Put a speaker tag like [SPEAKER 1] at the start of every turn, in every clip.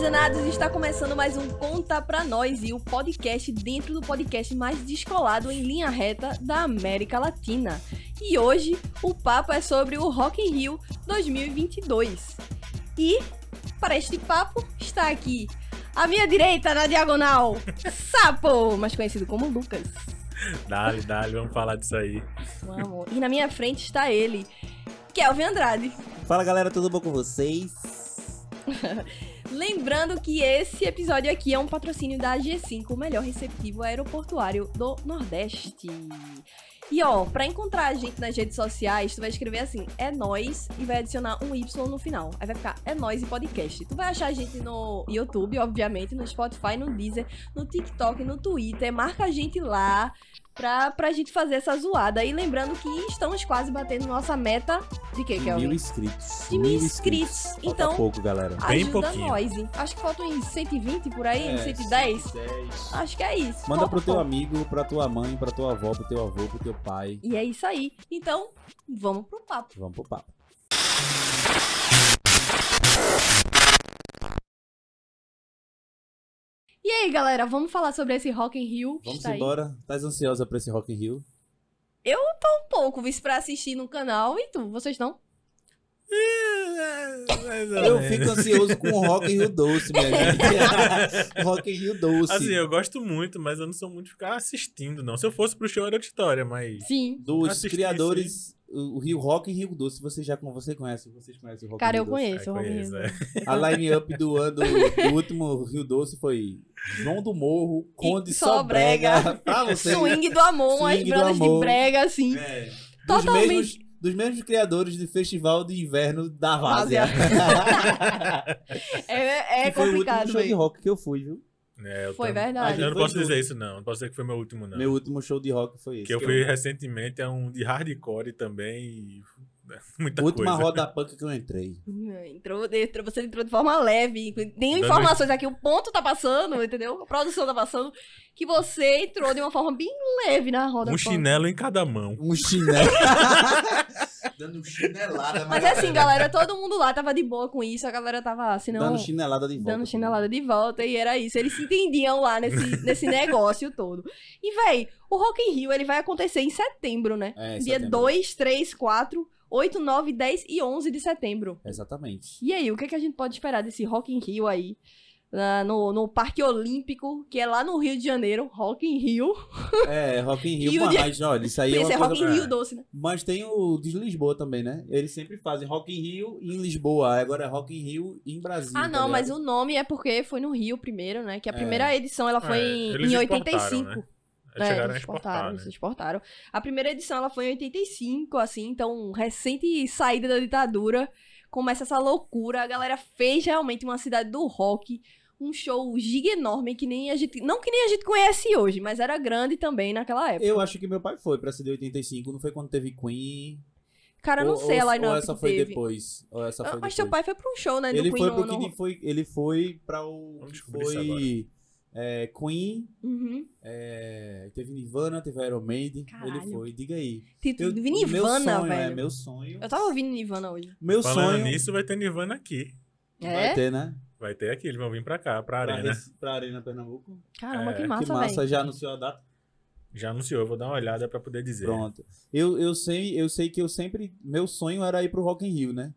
[SPEAKER 1] danados, está começando mais um Conta Pra Nós e o podcast dentro do podcast mais descolado em linha reta da América Latina. E hoje o papo é sobre o Rock in Rio 2022. E para este papo está aqui à minha direita na diagonal, Sapo, mais conhecido como Lucas.
[SPEAKER 2] Dale, dale, vamos falar disso aí.
[SPEAKER 1] Vamos. E na minha frente está ele, Kelvin Andrade.
[SPEAKER 3] Fala galera, tudo bom com vocês?
[SPEAKER 1] Lembrando que esse episódio aqui é um patrocínio da G5, o melhor receptivo aeroportuário do Nordeste. E ó, pra encontrar a gente nas redes sociais, tu vai escrever assim, é nós e vai adicionar um Y no final. Aí vai ficar é nós e podcast. Tu vai achar a gente no YouTube, obviamente, no Spotify, no Deezer, no TikTok, no Twitter. Marca a gente lá pra, pra gente fazer essa zoada. E lembrando que estamos quase batendo nossa meta de quê,
[SPEAKER 3] mil
[SPEAKER 1] Kelvin?
[SPEAKER 3] inscritos.
[SPEAKER 1] De é mil inscritos.
[SPEAKER 3] Falta
[SPEAKER 1] Então,
[SPEAKER 3] pouco, galera.
[SPEAKER 2] Bem
[SPEAKER 1] ajuda
[SPEAKER 2] pouquinho.
[SPEAKER 1] nós. hein? Acho que faltam uns 120 por
[SPEAKER 3] É,
[SPEAKER 1] aí, 110. Acho que é isso.
[SPEAKER 3] Manda
[SPEAKER 1] Falta
[SPEAKER 3] pro teu
[SPEAKER 1] pouco.
[SPEAKER 3] amigo, pra tua mãe, pra tua avó, pro teu avô, pro teu pai.
[SPEAKER 1] E é isso aí. Então, vamos pro papo.
[SPEAKER 3] Vamos pro papo.
[SPEAKER 1] E aí, galera, vamos falar sobre esse Rock in Rio. que
[SPEAKER 3] Vamos
[SPEAKER 1] está aí.
[SPEAKER 3] embora? Tás ansiosa pra esse Rock in Rio?
[SPEAKER 1] Um pouco, vice pra assistir no canal. E tu, vocês não?
[SPEAKER 2] É,
[SPEAKER 3] Eu fico ansioso com o Rock in Rio doce, minha gente. Rock in Rio doce.
[SPEAKER 2] Assim, eu gosto muito, mas eu não sou muito de ficar assistindo, não. Se eu fosse pro show, era auditória, mas.
[SPEAKER 1] Sim.
[SPEAKER 3] Dos
[SPEAKER 2] assisti
[SPEAKER 3] criadores, o o Rio Rock e Rio Doce, você já você conhece, vocês conhecem o Rock
[SPEAKER 1] Cara,
[SPEAKER 3] in
[SPEAKER 1] eu
[SPEAKER 3] Rio Doce?
[SPEAKER 1] conheço o Rock in Rio.
[SPEAKER 2] conheço, é.
[SPEAKER 3] A line-up do ano, do último Rio Doce foi João do Morro, Conde
[SPEAKER 1] E só
[SPEAKER 3] Sobrega, pra você.
[SPEAKER 1] Swing do Amon, as
[SPEAKER 3] Swing do
[SPEAKER 1] bandas de
[SPEAKER 3] Amon.
[SPEAKER 1] brega, assim.
[SPEAKER 3] É, dos,
[SPEAKER 1] Totalmente.
[SPEAKER 3] mesmos, dos mesmos criadores do Festival de Inverno da Várzea.
[SPEAKER 1] É, é
[SPEAKER 3] Que foi o último
[SPEAKER 1] complicado,
[SPEAKER 3] show de
[SPEAKER 1] velho.
[SPEAKER 3] rock que eu fui, viu?
[SPEAKER 2] É, eu
[SPEAKER 1] Foi
[SPEAKER 2] tam-
[SPEAKER 1] verdade.
[SPEAKER 2] Eu não
[SPEAKER 3] Foi
[SPEAKER 2] posso
[SPEAKER 3] tudo.
[SPEAKER 2] dizer isso, não. Não posso dizer que foi meu último, não.
[SPEAKER 3] Meu último show de rock foi esse.
[SPEAKER 2] que eu fui recentemente é um de hardcore também. E... né, Muita
[SPEAKER 3] Última
[SPEAKER 2] coisa.
[SPEAKER 3] roda punk que eu entrei.
[SPEAKER 1] Entrou, entrou- você entrou de forma leve. Nem
[SPEAKER 2] Dando-
[SPEAKER 1] informações aqui. O ponto tá passando, entendeu? A produção tá passando. Que você entrou de uma forma bem leve na roda.
[SPEAKER 2] Um
[SPEAKER 1] punk.
[SPEAKER 2] chinelo em cada mão.
[SPEAKER 3] Um chinelo. Dando um chinelada.
[SPEAKER 1] Mas é assim, galera, todo mundo lá tava de boa com isso, a galera tava, assim, não,
[SPEAKER 3] Dando chinelada de volta.
[SPEAKER 1] dando chinelada de volta, e era isso. Eles se entendiam lá nesse, nesse negócio todo. E, véi, o Rock in Rio, ele vai acontecer em setembro, né?
[SPEAKER 3] É, em
[SPEAKER 1] Dia
[SPEAKER 3] setembro.
[SPEAKER 1] 2, 3, 4, 8, 9, 10 e 11 de setembro.
[SPEAKER 3] Exatamente.
[SPEAKER 1] E aí, o que, que a gente pode esperar desse Rock in Rio aí? Ah, no, no Parque Olímpico, que é lá no Rio de Janeiro, Rock in Rio.
[SPEAKER 3] É, Rock in
[SPEAKER 1] E
[SPEAKER 3] Rio,
[SPEAKER 1] o
[SPEAKER 3] mas,
[SPEAKER 1] dia-
[SPEAKER 3] olha, isso aí é
[SPEAKER 1] Esse é
[SPEAKER 3] uma
[SPEAKER 1] Rock in
[SPEAKER 3] coisa...
[SPEAKER 2] pra-
[SPEAKER 1] Rio doce, né?
[SPEAKER 3] Mas tem o de Lisboa também, né? Eles sempre fazem Rock in Rio e em Lisboa. Agora é Rock in Rio e em Brasília.
[SPEAKER 1] Ah,
[SPEAKER 3] tá
[SPEAKER 1] não,
[SPEAKER 3] ligado?
[SPEAKER 1] mas o nome é porque foi no Rio primeiro, né? Que a
[SPEAKER 3] É.
[SPEAKER 1] primeira edição ela foi
[SPEAKER 2] É,
[SPEAKER 1] em,
[SPEAKER 2] eles
[SPEAKER 1] em
[SPEAKER 2] exportaram,
[SPEAKER 1] 85.
[SPEAKER 2] né?
[SPEAKER 1] É,
[SPEAKER 2] Eles chegaram a
[SPEAKER 1] eles
[SPEAKER 2] exportar,
[SPEAKER 1] exportaram,
[SPEAKER 2] né?
[SPEAKER 1] eles exportaram. A primeira edição ela foi em 85, assim, então recente saída da ditadura, começa essa loucura, a galera fez realmente uma cidade do rock, um show giga enorme que nem a gente, não que nem a gente conhece hoje, mas era grande também naquela época.
[SPEAKER 3] Eu acho que meu pai foi pra CD 85, não foi quando teve Queen.
[SPEAKER 1] Cara, eu não
[SPEAKER 3] ou,
[SPEAKER 1] sei
[SPEAKER 3] ou,
[SPEAKER 1] lá
[SPEAKER 3] ou
[SPEAKER 1] não
[SPEAKER 3] essa
[SPEAKER 1] que
[SPEAKER 3] foi
[SPEAKER 1] teve.
[SPEAKER 3] depois. Ou essa
[SPEAKER 1] Ah,
[SPEAKER 3] foi
[SPEAKER 1] mas
[SPEAKER 3] depois.
[SPEAKER 1] teu pai foi pra um show, né? do
[SPEAKER 3] ele foi
[SPEAKER 1] Queen
[SPEAKER 3] pro
[SPEAKER 1] no-
[SPEAKER 3] que
[SPEAKER 1] no-
[SPEAKER 3] ele foi, ele foi pra o
[SPEAKER 2] Vamos
[SPEAKER 3] que
[SPEAKER 2] descobrir isso
[SPEAKER 3] foi é, Queen,
[SPEAKER 1] Uhum.
[SPEAKER 3] é, teve Nirvana, teve Iron Maiden,
[SPEAKER 1] Caralho.
[SPEAKER 3] ele foi, diga aí.
[SPEAKER 1] Tito
[SPEAKER 3] Eu- meu
[SPEAKER 1] Nirvana,
[SPEAKER 3] sonho, É,
[SPEAKER 1] Tipo, velho.
[SPEAKER 3] meu sonho.
[SPEAKER 1] Eu tava ouvindo Nirvana hoje.
[SPEAKER 3] Meu
[SPEAKER 2] Falando
[SPEAKER 3] sonho
[SPEAKER 2] nisso, vai ter Nirvana aqui.
[SPEAKER 3] vai
[SPEAKER 1] É?
[SPEAKER 3] ter, né?
[SPEAKER 2] Vai ter aqui, eles vão vir pra cá, pra
[SPEAKER 3] Pra,
[SPEAKER 2] arena.
[SPEAKER 3] Rec- pra Arena Pernambuco.
[SPEAKER 1] Caramba,
[SPEAKER 2] É,
[SPEAKER 1] que
[SPEAKER 2] que
[SPEAKER 1] massa,
[SPEAKER 3] que massa,
[SPEAKER 1] velho.
[SPEAKER 3] já anunciou a data.
[SPEAKER 2] Já anunciou, eu vou dar uma olhada pra poder dizer.
[SPEAKER 3] Pronto. Eu, eu, sei, eu sei que eu sempre. Meu sonho era ir pro Rock in Rio, né?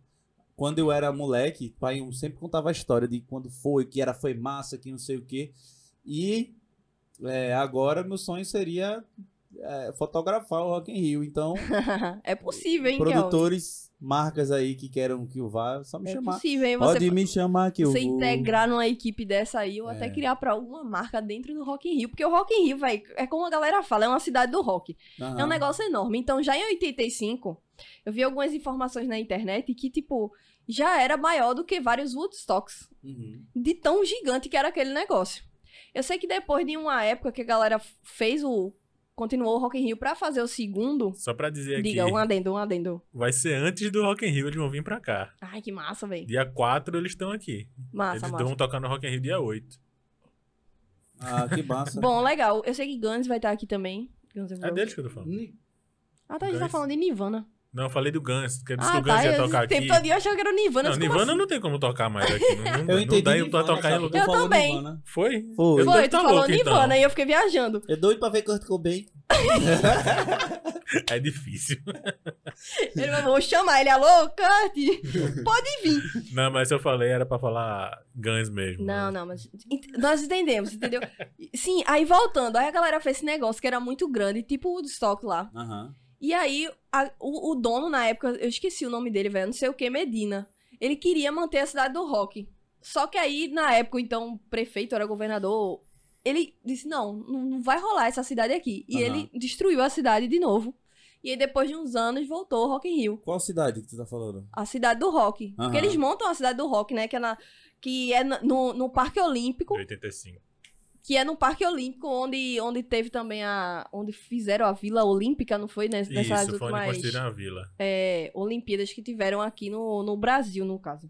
[SPEAKER 3] Quando eu era moleque, pai eu sempre contava a história de quando foi, que era foi massa, que não sei o quê. E é, agora meu sonho seria é, fotografar o Rock in Rio. Então,
[SPEAKER 1] é possível, hein, Kel?
[SPEAKER 3] produtores, marcas aí que queiram que eu vá, só me
[SPEAKER 1] É
[SPEAKER 3] chamar.
[SPEAKER 1] possível, hein? Você
[SPEAKER 3] Pode me chamar que eu
[SPEAKER 1] você
[SPEAKER 3] vou.
[SPEAKER 1] integrar numa equipe dessa aí ou até
[SPEAKER 3] É.
[SPEAKER 1] criar pra alguma marca dentro do Rock in Rio, porque o Rock in Rio, velho, é como a galera fala, é uma cidade do rock.
[SPEAKER 3] Aham.
[SPEAKER 2] Ah.
[SPEAKER 1] É um negócio enorme. Então, já em 85, eu vi algumas informações na internet que tipo já era maior do que vários Woodstocks,
[SPEAKER 3] Uhum.
[SPEAKER 1] de tão gigante que era aquele negócio. Eu sei que depois de uma época que a galera fez o continuou o Rock in Rio pra fazer o segundo,
[SPEAKER 2] Só pra dizer aqui,
[SPEAKER 1] diga, um adendo, um adendo.
[SPEAKER 2] vai ser antes do Rock in Rio, eles vão vir pra cá.
[SPEAKER 1] Ai, que massa, velho.
[SPEAKER 2] Dia 4 eles estão aqui.
[SPEAKER 1] Massa,
[SPEAKER 2] eles
[SPEAKER 1] massa.
[SPEAKER 2] vão tocar no Rock in Rio dia 8.
[SPEAKER 3] Ah, que massa.
[SPEAKER 1] Bom, legal. Eu sei que Guns vai estar aqui também. Guns N'
[SPEAKER 2] um- É
[SPEAKER 1] Roses.
[SPEAKER 2] deles que eu tô falando.
[SPEAKER 3] Ni-
[SPEAKER 1] Ah, tá, a gente tá
[SPEAKER 2] Guns.
[SPEAKER 1] falando de Nirvana.
[SPEAKER 2] Não, eu falei do Guns, porque disse que
[SPEAKER 1] Ah,
[SPEAKER 2] o Guns
[SPEAKER 1] tá.
[SPEAKER 2] ia
[SPEAKER 1] Eu,
[SPEAKER 2] tocar
[SPEAKER 1] o tempo
[SPEAKER 2] aqui.
[SPEAKER 1] todo eu achava que era o Nirvana.
[SPEAKER 2] Não,
[SPEAKER 1] mas como
[SPEAKER 2] Nirvana não tem como tocar mais aqui. Não, não,
[SPEAKER 3] Eu entendi.
[SPEAKER 2] não dá pra
[SPEAKER 3] Nirvana,
[SPEAKER 2] tocar em
[SPEAKER 3] cara, tu
[SPEAKER 2] lugar.
[SPEAKER 1] Eu
[SPEAKER 3] falou
[SPEAKER 1] também.
[SPEAKER 3] Nirvana.
[SPEAKER 2] Foi?
[SPEAKER 3] Foi.
[SPEAKER 2] Eu
[SPEAKER 1] Foi,
[SPEAKER 2] devo
[SPEAKER 1] tu
[SPEAKER 2] tá
[SPEAKER 1] falou
[SPEAKER 2] louco, então.
[SPEAKER 1] Nirvana e eu fiquei viajando.
[SPEAKER 3] É doido pra ver Kurt Cobain.
[SPEAKER 2] É difícil.
[SPEAKER 1] Ele falou, vou chamar ele, alô,
[SPEAKER 2] Hum.
[SPEAKER 1] Kurt, pode vir.
[SPEAKER 2] Não, mas eu falei, era pra falar Guns mesmo. né?
[SPEAKER 1] Não, não, mas ent- nós entendemos, entendeu? Sim, aí voltando, aí a galera fez esse negócio que era muito grande, tipo o Woodstock lá.
[SPEAKER 3] Aham.
[SPEAKER 1] E aí a- o, o dono na época, eu esqueci o nome dele, velho, não sei o que, Medina. Ele queria manter a cidade do rock. Só que aí, na época, então, o prefeito era governador, ele disse, não, não não vai rolar essa cidade aqui. E
[SPEAKER 3] Aham.
[SPEAKER 1] ele destruiu a cidade de novo. E aí, depois de uns anos, voltou o Rock in Rio.
[SPEAKER 3] Qual cidade que tu tá falando?
[SPEAKER 1] A cidade do rock. Porque
[SPEAKER 3] Aham.
[SPEAKER 1] eles montam a cidade do rock, né? Que é, na- que é na- no, no Parque Olímpico.
[SPEAKER 2] De 85.
[SPEAKER 1] Que é no Parque Olímpico, onde, onde teve também a. onde fizeram a Vila Olímpica, não foi? Ness- Nessas
[SPEAKER 2] Isso, foi onde
[SPEAKER 1] últimas
[SPEAKER 2] construíram a vila.
[SPEAKER 1] é, Olimpíadas que tiveram aqui no, no Brasil, no caso.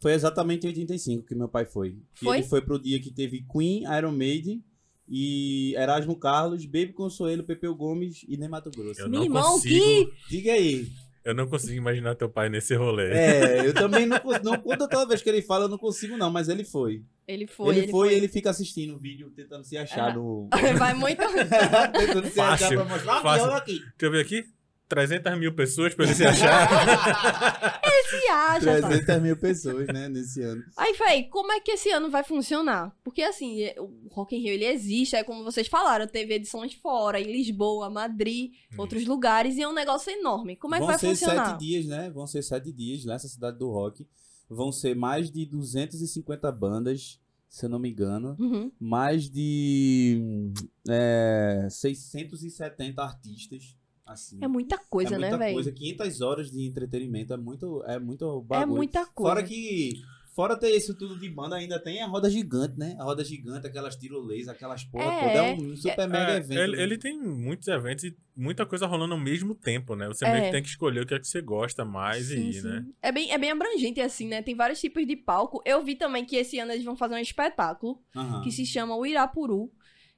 [SPEAKER 3] Foi exatamente em 85 que meu pai foi. Que
[SPEAKER 1] Foi?
[SPEAKER 3] Ele foi pro dia que teve Queen, Iron Maiden e Erasmo Carlos, Baby Consuelo, Pepeu Gomes e Ney Mato Grosso.
[SPEAKER 2] Eu
[SPEAKER 1] Meu
[SPEAKER 2] não
[SPEAKER 1] irmão,
[SPEAKER 2] consigo.
[SPEAKER 1] que-
[SPEAKER 3] Diga aí.
[SPEAKER 2] Eu não consigo imaginar teu pai nesse rolê.
[SPEAKER 3] É, eu também não, cons- não quando toda vez que ele fala, eu não consigo não, mas ele foi.
[SPEAKER 1] Ele foi.
[SPEAKER 3] ele, foi, ele fica assistindo o vídeo, tentando se achar
[SPEAKER 1] Ah.
[SPEAKER 3] no...
[SPEAKER 1] Vai muito.
[SPEAKER 3] tentando se achar
[SPEAKER 2] Fácil,
[SPEAKER 3] pra mostrar, "Ah,
[SPEAKER 2] fácil.
[SPEAKER 3] eu aqui.
[SPEAKER 2] Deixa eu ver aqui. 300 mil pessoas pra ele se achar.
[SPEAKER 1] Viaja, tá?
[SPEAKER 3] 300 mil pessoas, né, nesse ano.
[SPEAKER 1] Aí, véi, como é que esse ano vai funcionar? Porque, assim, é- o Rock in Rio, ele existe, é como vocês falaram, teve edições fora, em Lisboa, Madrid, outros lugares, e é um negócio enorme. Como é que
[SPEAKER 3] Hum.
[SPEAKER 1] vai
[SPEAKER 3] Vão ser
[SPEAKER 1] funcionar?
[SPEAKER 3] sete dias, né? Vão ser sete dias nessa cidade do rock. Vão ser mais de 250 bandas, se eu não me engano.
[SPEAKER 1] Uhum.
[SPEAKER 3] Mais de hum, é, 670 artistas. Assim.
[SPEAKER 1] É muita coisa,
[SPEAKER 3] é muita
[SPEAKER 1] né, velho?
[SPEAKER 3] coisa. 500 horas de entretenimento é muito, é muito bagulho.
[SPEAKER 1] É muita coisa.
[SPEAKER 3] Fora que, fora ter isso tudo de banda, ainda tem a roda gigante, né? A roda gigante, aquelas tirolês, aquelas porra
[SPEAKER 1] É,
[SPEAKER 3] toda. É um super mega
[SPEAKER 2] É,
[SPEAKER 3] evento.
[SPEAKER 2] ele,
[SPEAKER 3] né?
[SPEAKER 2] ele tem muitos eventos e muita coisa rolando ao mesmo tempo, né? Você
[SPEAKER 1] É.
[SPEAKER 2] meio que tem que escolher o que é que você gosta mais
[SPEAKER 1] Sim,
[SPEAKER 2] e ir,
[SPEAKER 1] sim.
[SPEAKER 2] né?
[SPEAKER 1] É bem, é bem abrangente, assim, né? Tem vários tipos de palco. Eu vi também que esse ano eles vão fazer um espetáculo
[SPEAKER 3] Aham.
[SPEAKER 1] que se chama O Irapuru,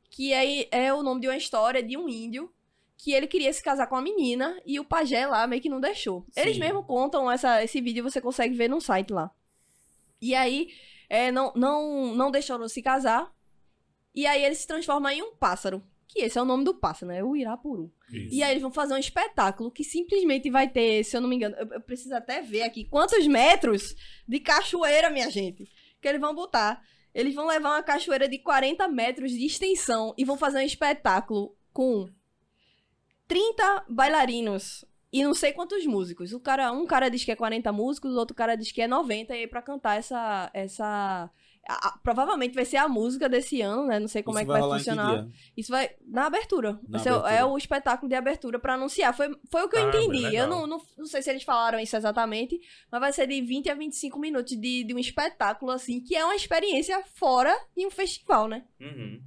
[SPEAKER 1] que é, é o nome de uma história de um índio que ele queria se casar com a menina e o pajé lá meio que não deixou. Eles
[SPEAKER 3] Sim.
[SPEAKER 1] mesmo contam essa, esse vídeo, você consegue ver no site lá. E aí, é, não, não, não deixaram se casar. E aí ele se transforma em um pássaro. Que esse é o nome do pássaro, né? O Irapuru.
[SPEAKER 2] Isso.
[SPEAKER 1] E aí eles vão fazer um espetáculo que simplesmente vai ter, se eu não me engano, eu, eu preciso até ver aqui quantos metros de cachoeira, minha gente, que eles vão botar. Eles vão levar uma cachoeira de 40 metros de extensão e vão fazer um espetáculo com 30 bailarinos e não sei quantos músicos. O cara, um cara diz que é 40 músicos, o outro cara diz que é 90 e aí pra cantar essa essa a- a- provavelmente vai ser a música desse ano, né? Não sei como
[SPEAKER 3] Isso
[SPEAKER 1] é que vai,
[SPEAKER 3] rolar em
[SPEAKER 1] funcionar.
[SPEAKER 3] dia?
[SPEAKER 1] Isso vai na abertura.
[SPEAKER 3] Na
[SPEAKER 1] Esse é o-
[SPEAKER 3] abertura. é
[SPEAKER 1] É o espetáculo de abertura pra anunciar. Foi, foi o que eu
[SPEAKER 2] Ah, bem
[SPEAKER 1] entendi. Eu
[SPEAKER 2] legal.
[SPEAKER 1] não, não, não sei se eles falaram isso exatamente, mas vai ser de 20 a 25 minutos de, de um espetáculo, assim, que é uma experiência fora de um festival, né?
[SPEAKER 3] Uhum.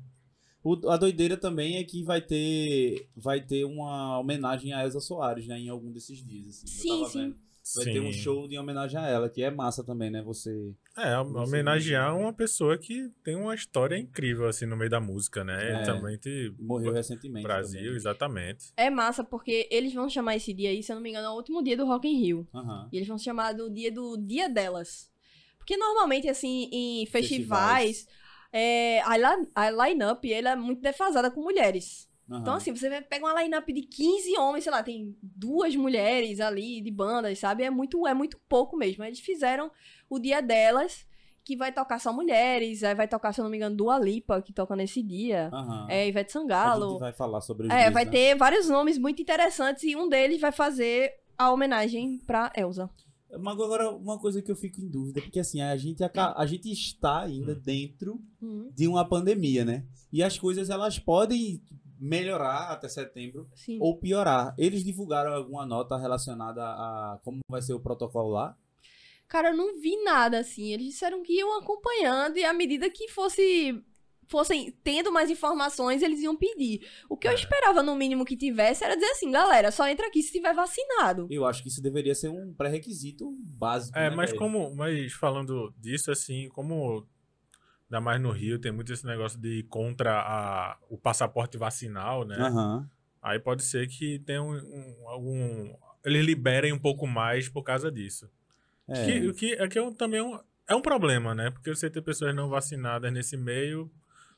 [SPEAKER 3] O- a doideira também é que vai ter, vai ter uma homenagem a Elza Soares, né? Em algum desses dias. assim. Eu
[SPEAKER 1] Sim,
[SPEAKER 3] tava
[SPEAKER 1] sim.
[SPEAKER 3] vendo. Vai ter um
[SPEAKER 2] Sim.
[SPEAKER 3] show de homenagem a ela, que é massa também, né? Você.
[SPEAKER 2] É,
[SPEAKER 3] Não sei.
[SPEAKER 2] homenagear uma pessoa que tem uma história incrível, assim, no meio da música, né?
[SPEAKER 3] É.
[SPEAKER 2] Exatamente.
[SPEAKER 3] Morreu recentemente.
[SPEAKER 2] Brasil,
[SPEAKER 3] também.
[SPEAKER 2] exatamente.
[SPEAKER 1] É massa, porque eles vão chamar esse dia aí, se eu não me engano, é o último dia do Rock in Rio.
[SPEAKER 3] Aham.
[SPEAKER 1] E eles vão chamar do dia do Dia Delas. Porque normalmente, assim, em festivais,
[SPEAKER 3] Festivais.
[SPEAKER 1] é, a li- a line-up ela é muito defasada com mulheres.
[SPEAKER 3] aham.
[SPEAKER 1] Então, assim, você pega uma line-up de 15 homens, sei lá, tem duas mulheres ali de bandas, sabe? É muito, é muito pouco mesmo. Eles fizeram o dia delas, que vai tocar só mulheres, aí vai tocar, se eu não me engano, Dua Lipa, que toca nesse dia,
[SPEAKER 3] Aham.
[SPEAKER 1] é Ivete
[SPEAKER 3] A gente
[SPEAKER 1] Sangalo.
[SPEAKER 3] Ah. vai falar sobre os
[SPEAKER 1] É,
[SPEAKER 3] dias,
[SPEAKER 1] vai
[SPEAKER 3] né?
[SPEAKER 1] ter vários nomes muito interessantes e um deles vai fazer a homenagem pra Elsa.
[SPEAKER 3] Mas agora, uma coisa que eu fico em dúvida, porque assim, a gente, aca- a gente está ainda
[SPEAKER 2] Hum.
[SPEAKER 3] dentro de uma pandemia, né? E as coisas, elas podem melhorar até setembro
[SPEAKER 1] Sim.
[SPEAKER 3] ou piorar. Eles divulgaram alguma nota relacionada a como vai ser o protocolo lá?
[SPEAKER 1] Cara, eu não vi nada assim. Eles disseram que iam acompanhando e à medida que fosse fossem tendo mais informações, eles iam pedir. O que eu
[SPEAKER 2] É.
[SPEAKER 1] esperava no mínimo que tivesse era dizer assim, galera, só entra aqui se tiver vacinado.
[SPEAKER 3] Eu acho que isso deveria ser um pré-requisito básico.
[SPEAKER 2] É,
[SPEAKER 3] né,
[SPEAKER 2] mas
[SPEAKER 3] velho?
[SPEAKER 2] como. Mas falando disso, assim, como. Ainda mais no Rio, tem muito esse negócio de ir contra a, o passaporte vacinal, né?
[SPEAKER 3] Aham.
[SPEAKER 2] Aí pode ser que tenha um, um- algum eles liberem um pouco mais por causa disso.
[SPEAKER 3] É.
[SPEAKER 2] Que, o que é que é um, também é um, é um problema, né? Porque você ter pessoas não vacinadas nesse meio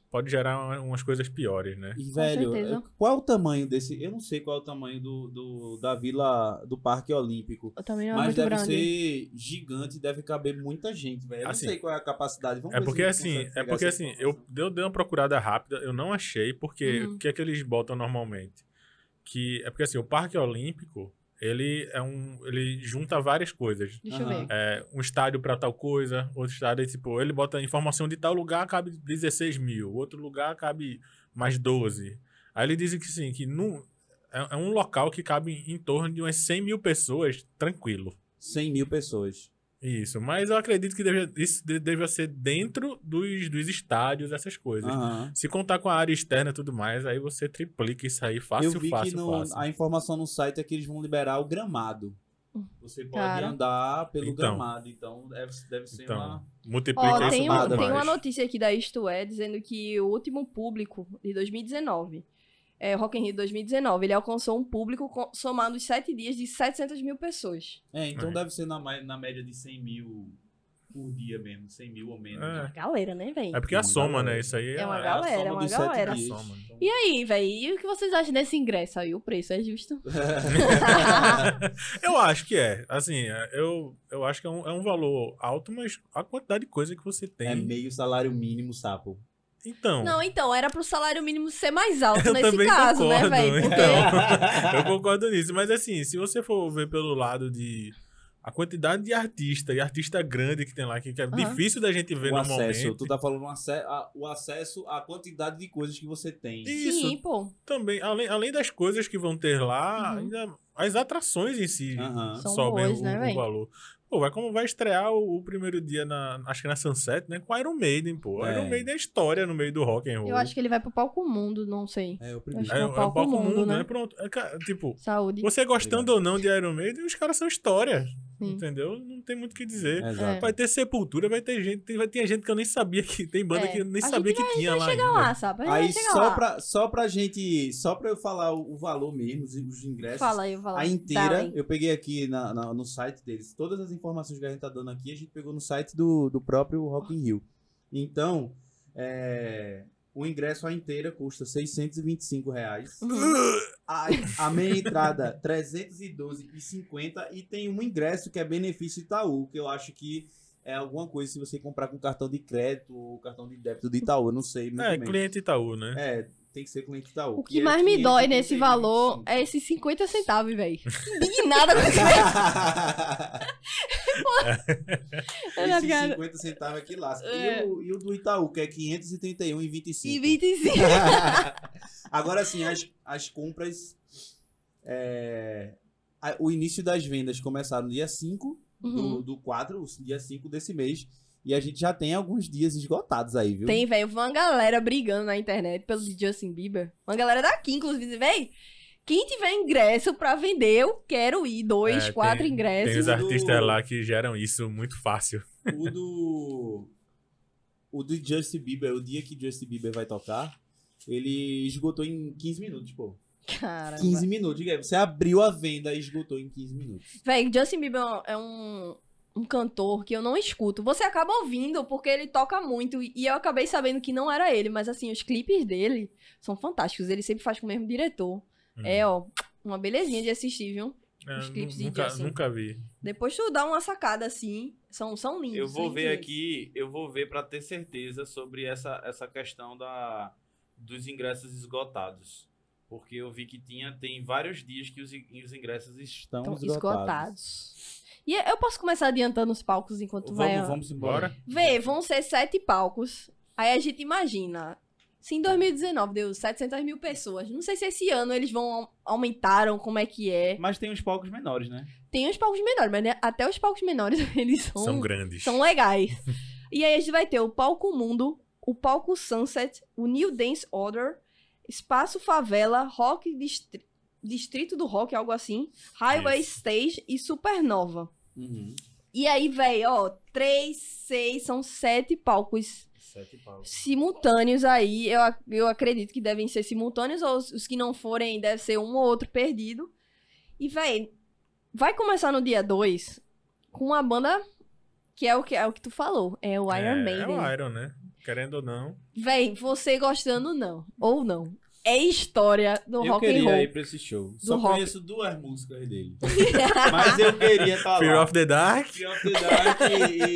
[SPEAKER 2] pode gerar uma- umas coisas piores, né?
[SPEAKER 3] E, velho,
[SPEAKER 4] certeza.
[SPEAKER 3] qual é o tamanho desse? Eu não sei qual é o tamanho do, do- da vila do Parque Olímpico.
[SPEAKER 4] Eu também não é
[SPEAKER 3] Mas
[SPEAKER 4] muito
[SPEAKER 3] deve
[SPEAKER 4] grande.
[SPEAKER 3] ser gigante, deve caber muita gente, velho. Eu
[SPEAKER 2] Assim,
[SPEAKER 3] não sei qual é a capacidade. Vamos
[SPEAKER 2] É
[SPEAKER 3] ver se
[SPEAKER 2] porque
[SPEAKER 3] a gente
[SPEAKER 2] assim,
[SPEAKER 3] consegue
[SPEAKER 2] é
[SPEAKER 3] pegar
[SPEAKER 2] porque
[SPEAKER 3] essa
[SPEAKER 2] assim, eu
[SPEAKER 3] informação.
[SPEAKER 2] dei, dei uma procurada rápida, eu não achei, porque
[SPEAKER 4] Uhum.
[SPEAKER 2] o que é que eles botam normalmente? Que é porque assim, o Parque Olímpico, ele é um, ele junta várias coisas.
[SPEAKER 4] Deixa eu
[SPEAKER 3] Aham.
[SPEAKER 4] ver.
[SPEAKER 2] É, um estádio pra tal coisa, outro estádio, é tipo, ele bota informação de tal lugar cabe 16 mil, outro lugar cabe mais 12. Aí ele diz que sim, que num, é, é um local que cabe em torno de umas 100 mil pessoas, tranquilo.
[SPEAKER 3] 100 mil pessoas.
[SPEAKER 2] Isso, mas eu acredito que deve, isso de- deve ser dentro dos, dos estádios, essas coisas.
[SPEAKER 3] Aham.
[SPEAKER 2] Se contar com a área externa e tudo mais, aí você triplica isso aí fácil,
[SPEAKER 3] eu vi
[SPEAKER 2] fácil,
[SPEAKER 3] que no-
[SPEAKER 2] fácil.
[SPEAKER 3] a informação no site é que eles vão liberar o gramado. Você pode
[SPEAKER 4] Cara.
[SPEAKER 3] andar pelo
[SPEAKER 2] Então.
[SPEAKER 3] gramado, então deve, deve ser
[SPEAKER 2] Então.
[SPEAKER 3] uma.
[SPEAKER 2] Multiplica
[SPEAKER 1] Ó,
[SPEAKER 2] isso
[SPEAKER 1] tem,
[SPEAKER 2] por
[SPEAKER 1] um-
[SPEAKER 3] nada
[SPEAKER 1] tem uma
[SPEAKER 2] mais.
[SPEAKER 1] notícia aqui da Isto É dizendo que o último público de 2019, é, Rock in Rio 2019, ele alcançou um público co- somado os 7 dias de 700 mil pessoas.
[SPEAKER 3] É, então
[SPEAKER 2] É.
[SPEAKER 3] deve ser na, ma- na média de 100 mil por dia mesmo, 100 mil ou menos.
[SPEAKER 2] É.
[SPEAKER 1] Uma galera, né, véi?
[SPEAKER 2] É porque a
[SPEAKER 3] Uma
[SPEAKER 2] soma,
[SPEAKER 3] galera.
[SPEAKER 2] né? Isso aí
[SPEAKER 1] É uma
[SPEAKER 2] a-
[SPEAKER 1] galera,
[SPEAKER 3] a soma
[SPEAKER 1] é uma
[SPEAKER 3] dos sete
[SPEAKER 1] galera.
[SPEAKER 3] dias.
[SPEAKER 2] É a soma.
[SPEAKER 1] E aí, véi, e o que vocês acham desse ingresso aí? O preço é justo?
[SPEAKER 2] Eu acho que é. Assim, é, eu, eu acho que é um, é um valor alto, mas a quantidade de coisa que você tem.
[SPEAKER 3] É meio salário mínimo, sapo.
[SPEAKER 2] Então,
[SPEAKER 1] Não, então, era pro salário mínimo ser mais alto
[SPEAKER 2] eu
[SPEAKER 1] nesse
[SPEAKER 2] também
[SPEAKER 1] caso, né,
[SPEAKER 2] concordo.
[SPEAKER 1] véi? Porque
[SPEAKER 2] Então, eu concordo nisso. Mas assim, se você for ver pelo lado de. A quantidade de artista e artista grande que tem lá, que que é
[SPEAKER 1] Aham.
[SPEAKER 2] difícil da gente ver
[SPEAKER 3] o
[SPEAKER 2] normalmente.
[SPEAKER 3] acesso, tu tá falando o ace- a- o acesso à quantidade de coisas que você tem.
[SPEAKER 2] é Isso,
[SPEAKER 1] Sim, pô.
[SPEAKER 2] também, além, além das coisas que vão ter lá,
[SPEAKER 1] Uhum.
[SPEAKER 2] ainda as atrações em si
[SPEAKER 3] Aham.
[SPEAKER 1] São
[SPEAKER 2] sobem
[SPEAKER 1] boas,
[SPEAKER 2] o,
[SPEAKER 1] né,
[SPEAKER 2] o
[SPEAKER 1] véi?
[SPEAKER 2] valor. Pô, vai como vai estrear o, o primeiro dia na, acho que na Sunset, né, com Iron Maiden, pô.
[SPEAKER 3] É.
[SPEAKER 2] Iron Maiden é história no meio do rock and roll.
[SPEAKER 4] Eu acho que ele vai pro palco mundo, não sei.
[SPEAKER 3] É, o
[SPEAKER 4] primeiro.
[SPEAKER 3] primeiro.
[SPEAKER 2] é,
[SPEAKER 4] é
[SPEAKER 2] é
[SPEAKER 4] um
[SPEAKER 2] o
[SPEAKER 4] palco
[SPEAKER 2] palco
[SPEAKER 4] mundo,
[SPEAKER 2] mundo,
[SPEAKER 4] né?
[SPEAKER 2] né? Pronto, é, ca- tipo,
[SPEAKER 4] Saúde.
[SPEAKER 2] você gostando ou não de Iron Maiden, os caras são história,
[SPEAKER 4] Sim.
[SPEAKER 2] entendeu? Não tem muito o que dizer.
[SPEAKER 1] É.
[SPEAKER 3] Exato.
[SPEAKER 2] Vai ter Sepultura, vai ter gente, vai ter gente que eu nem sabia que tem banda
[SPEAKER 1] É,
[SPEAKER 2] que eu nem
[SPEAKER 1] a gente
[SPEAKER 2] sabia que tinha lá.
[SPEAKER 1] Chega
[SPEAKER 2] ainda.
[SPEAKER 1] lá, sabe? Aí,
[SPEAKER 3] Aí
[SPEAKER 1] chega
[SPEAKER 3] só
[SPEAKER 1] lá.
[SPEAKER 3] pra, só pra gente. Só pra eu falar o, o valor mesmo, os, os ingressos.
[SPEAKER 1] Fala aí, fala
[SPEAKER 3] A
[SPEAKER 1] aí.
[SPEAKER 3] inteira,
[SPEAKER 1] Darling.
[SPEAKER 3] eu peguei aqui na- na- no site deles. Todas as informações que a gente tá dando aqui, a gente pegou no site do, do próprio Rock in Rio. Então, é, o ingresso à inteira custa R$ 625 reais. A, a meia entrada, R$ 312,50. E tem um ingresso que é benefício Itaú, que eu acho que é alguma coisa se você comprar com cartão de crédito ou cartão de débito do Itaú, eu não sei muito
[SPEAKER 2] É,
[SPEAKER 3] bem.
[SPEAKER 2] cliente Itaú, né?
[SPEAKER 3] É, tem que ser cliente Itaú.
[SPEAKER 4] O que
[SPEAKER 3] é
[SPEAKER 4] mais me dói nesse
[SPEAKER 3] 535.
[SPEAKER 4] valor é esses 50 centavos, velho. Indignada com esse
[SPEAKER 3] Esses
[SPEAKER 4] cara.
[SPEAKER 3] 50 centavos aqui lasca.
[SPEAKER 4] É.
[SPEAKER 3] E, o, e o do Itaú, que é 531,25.
[SPEAKER 4] E 25.
[SPEAKER 3] Agora sim, as, as compras. é, a- o início das vendas começaram no dia 5
[SPEAKER 1] Uhum.
[SPEAKER 3] do, do 4, dia 5 desse mês. E a gente já tem alguns dias esgotados aí, viu?
[SPEAKER 1] Tem, velho, uma galera brigando na internet pelo de Justin Bieber. Uma galera daqui, inclusive, véi. Quem tiver ingresso pra vender, eu quero ir. Dois,
[SPEAKER 2] É,
[SPEAKER 1] quatro
[SPEAKER 2] tem- Tem
[SPEAKER 1] ingressos.
[SPEAKER 2] os
[SPEAKER 3] do-
[SPEAKER 2] artistas lá que geram isso muito fácil.
[SPEAKER 3] O do. O do Justin Bieber, o dia que Justin Bieber vai tocar, ele esgotou em 15 minutos, pô.
[SPEAKER 1] Cara.
[SPEAKER 3] 15 minutos, Guilherme. Você abriu a venda e esgotou em 15 minutos.
[SPEAKER 1] Véi, Justin Bieber é um- é um, um cantor que eu não escuto. Você acaba ouvindo porque ele toca muito. E eu acabei sabendo que não era ele. Mas, assim, os clipes dele são fantásticos. Ele sempre faz com o mesmo diretor.
[SPEAKER 2] Hum.
[SPEAKER 1] É, ó, uma belezinha de assistir, viu?
[SPEAKER 2] É,
[SPEAKER 1] os
[SPEAKER 2] nu-
[SPEAKER 1] clipes de
[SPEAKER 2] nunca,
[SPEAKER 1] Justin.
[SPEAKER 2] nunca vi.
[SPEAKER 1] Depois tu dá uma sacada assim. São, são lindos.
[SPEAKER 5] Eu vou
[SPEAKER 1] lindos
[SPEAKER 5] ver
[SPEAKER 1] mesmo.
[SPEAKER 5] aqui, eu vou ver para ter certeza sobre essa, essa questão da, dos ingressos esgotados. Porque eu vi que tinha, tem vários dias que os, in- os ingressos estão.
[SPEAKER 3] Estão
[SPEAKER 1] Estão
[SPEAKER 3] esgotados.
[SPEAKER 1] esgotados. E eu posso começar adiantando os palcos enquanto vai.
[SPEAKER 3] Vamos, vamos embora.
[SPEAKER 2] Bora?
[SPEAKER 1] Vê, vão ser sete palcos. Aí a gente imagina. Se em 2019 deu 700 mil pessoas, não sei se esse ano eles vão aumentaram, como é que é.
[SPEAKER 5] Mas tem uns palcos menores, né?
[SPEAKER 1] Tem os palcos menores, mas né, até os palcos menores eles são,
[SPEAKER 2] São grandes.
[SPEAKER 1] são legais. e aí a gente vai ter o palco Mundo, o palco Sunset, o New Dance Order, Espaço Favela, Rock Distri- Distrito do Rock, algo assim, Highway
[SPEAKER 2] Isso.
[SPEAKER 1] Stage e Supernova.
[SPEAKER 3] Uhum.
[SPEAKER 1] E aí, velho, ó, três, seis, são sete palcos
[SPEAKER 5] Sete palcos.
[SPEAKER 1] simultâneos aí. Eu, ac- eu acredito que devem ser simultâneos, ou os, os que não forem, deve ser um ou outro perdido. E, velho, Vai começar no dia 2 com uma banda que é o que, é o que tu falou. É o Iron
[SPEAKER 2] é, É
[SPEAKER 1] Maiden.
[SPEAKER 2] o Iron, né? Querendo ou não.
[SPEAKER 1] Véi, você gostando não, ou não. É história do
[SPEAKER 3] eu
[SPEAKER 1] rock and
[SPEAKER 3] queria
[SPEAKER 1] roll.
[SPEAKER 3] ir pra esse show. Só
[SPEAKER 1] rock.
[SPEAKER 3] conheço duas músicas dele. Mas eu queria estar
[SPEAKER 2] Fear
[SPEAKER 3] lá.
[SPEAKER 2] of the Dark.
[SPEAKER 3] Fear of the Dark e...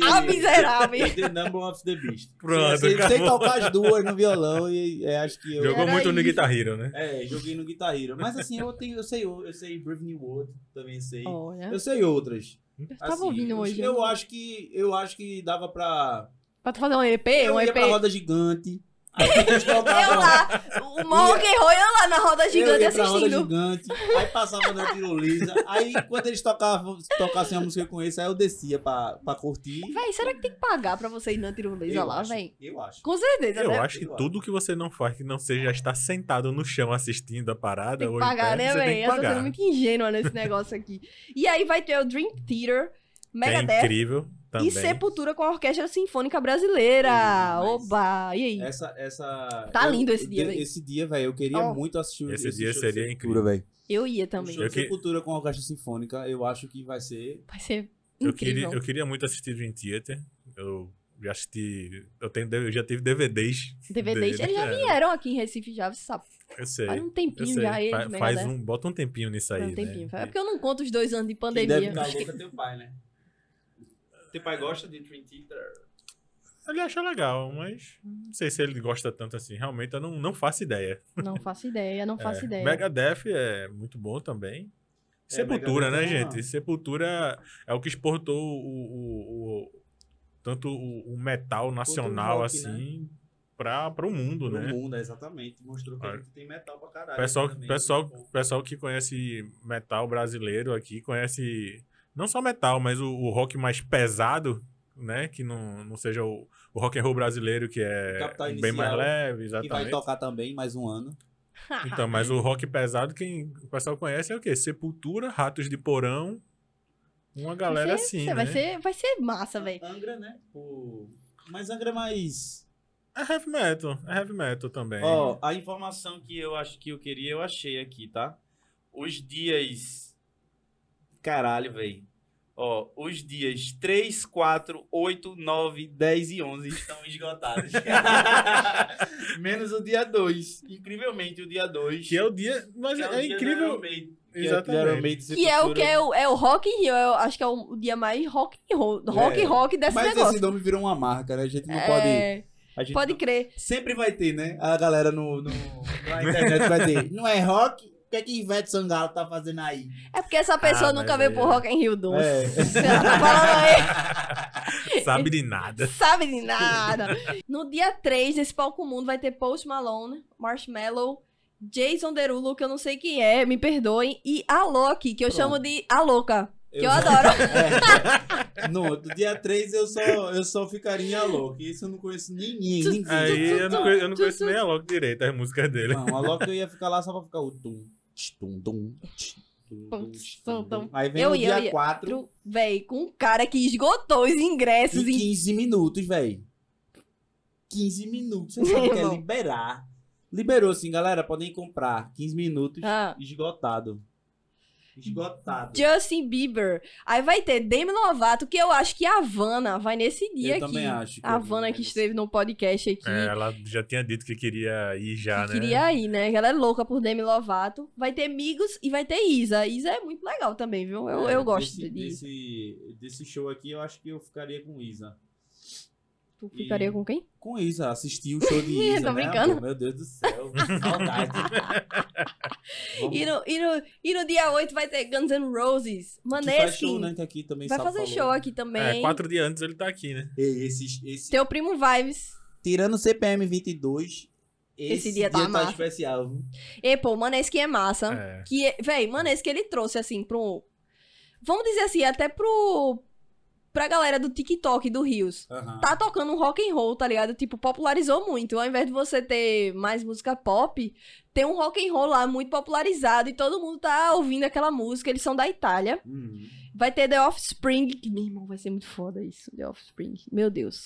[SPEAKER 1] Ah, miserável.
[SPEAKER 3] e The Number of the Beast.
[SPEAKER 2] Pronto,
[SPEAKER 3] Sei, sei
[SPEAKER 2] acabou.
[SPEAKER 3] tocar as duas no violão e é, acho que eu...
[SPEAKER 2] Jogou
[SPEAKER 6] Era
[SPEAKER 2] muito no
[SPEAKER 6] isso.
[SPEAKER 2] Guitar Hero, né?
[SPEAKER 3] É, joguei no Guitar Hero. Mas assim, eu, tenho, eu sei eu sei Brave New World, também sei.
[SPEAKER 6] Olha,
[SPEAKER 1] né?
[SPEAKER 3] Eu sei outras.
[SPEAKER 6] eu tava
[SPEAKER 3] Assim,
[SPEAKER 6] ouvindo
[SPEAKER 3] eu-
[SPEAKER 6] hoje.
[SPEAKER 3] Eu acho que eu acho que dava pra
[SPEAKER 6] Pra tu fazer um EP,
[SPEAKER 3] eu
[SPEAKER 6] um
[SPEAKER 3] ia
[SPEAKER 6] EP.
[SPEAKER 3] pra roda gigante. Aí eles
[SPEAKER 1] É, Eu
[SPEAKER 3] tocavam-
[SPEAKER 1] lá, o rock
[SPEAKER 2] é-
[SPEAKER 1] and roll, eu lá na roda
[SPEAKER 3] eu
[SPEAKER 1] gigante
[SPEAKER 3] ia pra roda
[SPEAKER 1] assistindo.
[SPEAKER 3] gigante. Aí passava na tirolesa. Aí quando eles tocavam, tocassem a música que eu conheço, aí eu descia pra, pra curtir.
[SPEAKER 1] Véi, será que tem que pagar pra você ir na tirolesa
[SPEAKER 3] Eu
[SPEAKER 1] lá,
[SPEAKER 3] acho,
[SPEAKER 1] véi?
[SPEAKER 3] Eu acho.
[SPEAKER 1] Com certeza,
[SPEAKER 2] Eu
[SPEAKER 1] né?
[SPEAKER 2] acho que
[SPEAKER 3] eu
[SPEAKER 2] tudo que você não faz que não seja estar sentado no chão assistindo a parada
[SPEAKER 1] Tem
[SPEAKER 2] ou
[SPEAKER 1] que
[SPEAKER 2] em
[SPEAKER 1] pagar,
[SPEAKER 2] pé,
[SPEAKER 1] né,
[SPEAKER 2] você tem
[SPEAKER 1] véi?
[SPEAKER 2] que
[SPEAKER 1] Eu tô sendo
[SPEAKER 2] pagar.
[SPEAKER 1] muito ingênua nesse negócio aqui. E aí vai ter o Dream Theater,
[SPEAKER 2] Que é
[SPEAKER 1] Megadeth
[SPEAKER 2] incrível também.
[SPEAKER 1] e Sepultura com a Orquestra Sinfônica Brasileira.
[SPEAKER 3] Ih, mas-
[SPEAKER 1] Oba! E aí?
[SPEAKER 2] é
[SPEAKER 3] Essa, essa.
[SPEAKER 1] Tá
[SPEAKER 3] eu-
[SPEAKER 1] lindo esse dia,
[SPEAKER 3] de-
[SPEAKER 1] véi.
[SPEAKER 3] Esse dia, velho. Eu queria
[SPEAKER 1] Ó.
[SPEAKER 3] muito assistir
[SPEAKER 2] Esse dia seria
[SPEAKER 3] incrível, velho.
[SPEAKER 1] Eu ia também.
[SPEAKER 3] Show
[SPEAKER 2] Eu
[SPEAKER 3] de
[SPEAKER 2] que-
[SPEAKER 3] Sepultura com a orquestra sinfônica, eu acho que vai ser.
[SPEAKER 6] Vai ser
[SPEAKER 2] Eu queria,
[SPEAKER 6] incrível.
[SPEAKER 2] eu queria muito assistir Dream Theater. Eu já assisti. Eu, tenho, eu já tive DVDs.
[SPEAKER 1] DVDs,
[SPEAKER 2] dele,
[SPEAKER 1] eles já
[SPEAKER 2] é.
[SPEAKER 1] vieram aqui em Recife já, você sabe.
[SPEAKER 2] Eu sei.
[SPEAKER 1] Faz um
[SPEAKER 2] Eu
[SPEAKER 1] tempinho
[SPEAKER 2] sei.
[SPEAKER 1] já eles,
[SPEAKER 2] Fa-
[SPEAKER 1] Megadeth.
[SPEAKER 2] faz um, bota um tempinho nisso aí.
[SPEAKER 1] Faz um tempinho.
[SPEAKER 2] Né?
[SPEAKER 1] É porque eu não conto os dois anos de
[SPEAKER 3] Quem
[SPEAKER 1] pandemia.
[SPEAKER 3] deve ficar
[SPEAKER 1] Acho que-
[SPEAKER 3] louco é teu pai, né?
[SPEAKER 7] Teu pai gosta de Dream Theater?
[SPEAKER 2] Ele acha legal, mas não sei se ele gosta tanto assim. Realmente, eu não, não faço ideia.
[SPEAKER 6] Não faço ideia, não faço
[SPEAKER 2] é.
[SPEAKER 6] ideia.
[SPEAKER 2] Megadeth é muito bom também.
[SPEAKER 3] É,
[SPEAKER 2] Sepultura, né,
[SPEAKER 3] Megadeth é uma-
[SPEAKER 2] gente? Sepultura é o que exportou o, o- o- tanto o, o metal nacional,
[SPEAKER 3] rock,
[SPEAKER 2] assim, pra, pro mundo,
[SPEAKER 3] No
[SPEAKER 2] né?
[SPEAKER 3] mundo, exatamente. Mostrou que
[SPEAKER 2] Ah.
[SPEAKER 3] a gente tem metal pra caralho.
[SPEAKER 2] Pessoal,
[SPEAKER 3] também.
[SPEAKER 2] pessoal, pessoal que conhece metal brasileiro aqui conhece não só metal, mas o, o rock mais pesado, né? Que não, não seja o, o rock and roll brasileiro, que é
[SPEAKER 3] Capital
[SPEAKER 2] bem
[SPEAKER 3] Inicial,
[SPEAKER 2] mais leve,
[SPEAKER 3] Que vai
[SPEAKER 2] exatamente.
[SPEAKER 3] tocar também mais um ano.
[SPEAKER 2] Então, mas o rock pesado, quem o pessoal conhece é o quê? Sepultura, Ratos de Porão, uma galera
[SPEAKER 6] vai ser,
[SPEAKER 2] assim,
[SPEAKER 6] vai
[SPEAKER 2] né?
[SPEAKER 6] ser, vai ser massa, velho.
[SPEAKER 3] Angra, né? O... Mas Angra é mais.
[SPEAKER 2] É heavy metal, é heavy metal também.
[SPEAKER 3] Ó,
[SPEAKER 7] A informação que eu acho que eu queria, eu achei aqui, tá? Os dias. Caralho, velho. Ó, os dias 3, 4, 8, 9, 10 e 11 estão esgotados. Menos o dia 2. Incrivelmente, o dia 2.
[SPEAKER 2] Que é o dia... é Mas
[SPEAKER 7] um
[SPEAKER 2] é, incrível... Exatamente.
[SPEAKER 1] Que é o que é o, é o Rock in Rio, é o- acho que é o, o dia mais rock and roll, rock
[SPEAKER 3] É.
[SPEAKER 1] rock desse
[SPEAKER 3] Mas
[SPEAKER 1] negócio.
[SPEAKER 3] esse nome virou uma marca, né? A gente não pode.
[SPEAKER 1] É,
[SPEAKER 3] a gente
[SPEAKER 1] pode crer.
[SPEAKER 3] Sempre vai ter, né? A galera no, no, na internet vai ter. Não é rock? O que é que Ivete Sangalo tá fazendo aí?
[SPEAKER 1] É porque essa pessoa
[SPEAKER 2] Ah,
[SPEAKER 1] nunca
[SPEAKER 2] mas
[SPEAKER 1] veio
[SPEAKER 2] aí-
[SPEAKER 1] pro Rock in Rio 2.
[SPEAKER 3] É.
[SPEAKER 1] Ela tá falando
[SPEAKER 2] Sabe de nada.
[SPEAKER 1] aí, sabe de nada. No dia 3, nesse palco mundo, vai ter Post Malone, Marshmallow, Jason Derulo, que eu não sei quem é, me perdoem, e a Loki, que eu
[SPEAKER 3] Pronto.
[SPEAKER 1] chamo de a louca, que eu,
[SPEAKER 3] Eu- é.
[SPEAKER 1] adoro.
[SPEAKER 3] No, do dia 3 eu só, eu só ficaria louco. Isso eu não conheço ninguém. ninguém.
[SPEAKER 2] Aí eu não,
[SPEAKER 1] tu,
[SPEAKER 2] conheço, eu não
[SPEAKER 1] tu,
[SPEAKER 2] conheço
[SPEAKER 1] tu.
[SPEAKER 2] nem a Loki direito, as músicas dele.
[SPEAKER 3] Não, a Loki eu ia ficar lá só pra ficar o tum, tch, tum, tum, tch, tum, tum, tch, tum, tum. Aí vem
[SPEAKER 1] Eu
[SPEAKER 3] o
[SPEAKER 1] ia, eu
[SPEAKER 3] dia
[SPEAKER 1] ia.
[SPEAKER 3] 4
[SPEAKER 1] Véi, com um cara que esgotou os ingressos
[SPEAKER 3] e
[SPEAKER 1] em
[SPEAKER 3] 15 minutos, velho. 15 minutos. Você sabe que é
[SPEAKER 1] Irmão.
[SPEAKER 3] liberar. Liberou assim, galera. Podem comprar. 15 minutos.
[SPEAKER 1] Ah.
[SPEAKER 3] Esgotado. Esgotado.
[SPEAKER 1] Justin Bieber. Aí vai ter Demi Lovato, que eu acho que a Havana vai nesse dia
[SPEAKER 3] Eu
[SPEAKER 1] aqui.
[SPEAKER 3] também acho. que
[SPEAKER 1] A
[SPEAKER 3] eu-
[SPEAKER 1] Havana que esteve no podcast aqui.
[SPEAKER 2] É, ela já tinha dito que queria ir já,
[SPEAKER 1] que
[SPEAKER 2] né?
[SPEAKER 1] queria ir, né? Ela é louca por Demi Lovato. Vai ter Migos e vai ter Isa. Isa é muito legal também, viu? Eu,
[SPEAKER 3] É,
[SPEAKER 1] eu gosto
[SPEAKER 3] desse,
[SPEAKER 1] de Isa.
[SPEAKER 3] desse, desse show aqui, eu acho que eu ficaria com Isa.
[SPEAKER 1] Tu ficaria com quem?
[SPEAKER 3] Com Isa, assisti o show de
[SPEAKER 6] Tô
[SPEAKER 3] Isa. né,
[SPEAKER 6] brincando.
[SPEAKER 3] amor? Meu Deus do céu, que saudade. Vamos-
[SPEAKER 1] E no, e, no, e no dia 8 vai ter Guns N' Roses.
[SPEAKER 3] que faz
[SPEAKER 1] Maneskin.
[SPEAKER 3] show, né, que aqui também
[SPEAKER 1] é assim, Vai
[SPEAKER 3] Sabo
[SPEAKER 1] fazer
[SPEAKER 3] falou.
[SPEAKER 1] show aqui também.
[SPEAKER 2] É, quatro dias antes ele tá aqui, né?
[SPEAKER 3] Ei, esse, esse-
[SPEAKER 1] Teu primo Vibes.
[SPEAKER 3] Tirando o CPM 22, esse,
[SPEAKER 1] dia
[SPEAKER 3] dia,
[SPEAKER 1] tá
[SPEAKER 3] tá,
[SPEAKER 1] massa.
[SPEAKER 3] especial. viu?
[SPEAKER 1] E, pô, Maneskin é massa.
[SPEAKER 2] É.
[SPEAKER 1] Que, é- véi, mano, esse que ele trouxe, assim, pro... Vamos dizer assim, até pro... Pra galera do TikTok do Rios. Tá tocando um rock and roll, tá ligado? Tipo, popularizou muito. Ao invés de você ter mais música pop, tem um rock and roll lá muito popularizado e todo mundo tá ouvindo aquela música. Eles são da Itália.
[SPEAKER 3] Uhum.
[SPEAKER 1] Vai ter The Offspring. que, Meu irmão, vai ser muito foda isso. The Offspring. Meu Deus.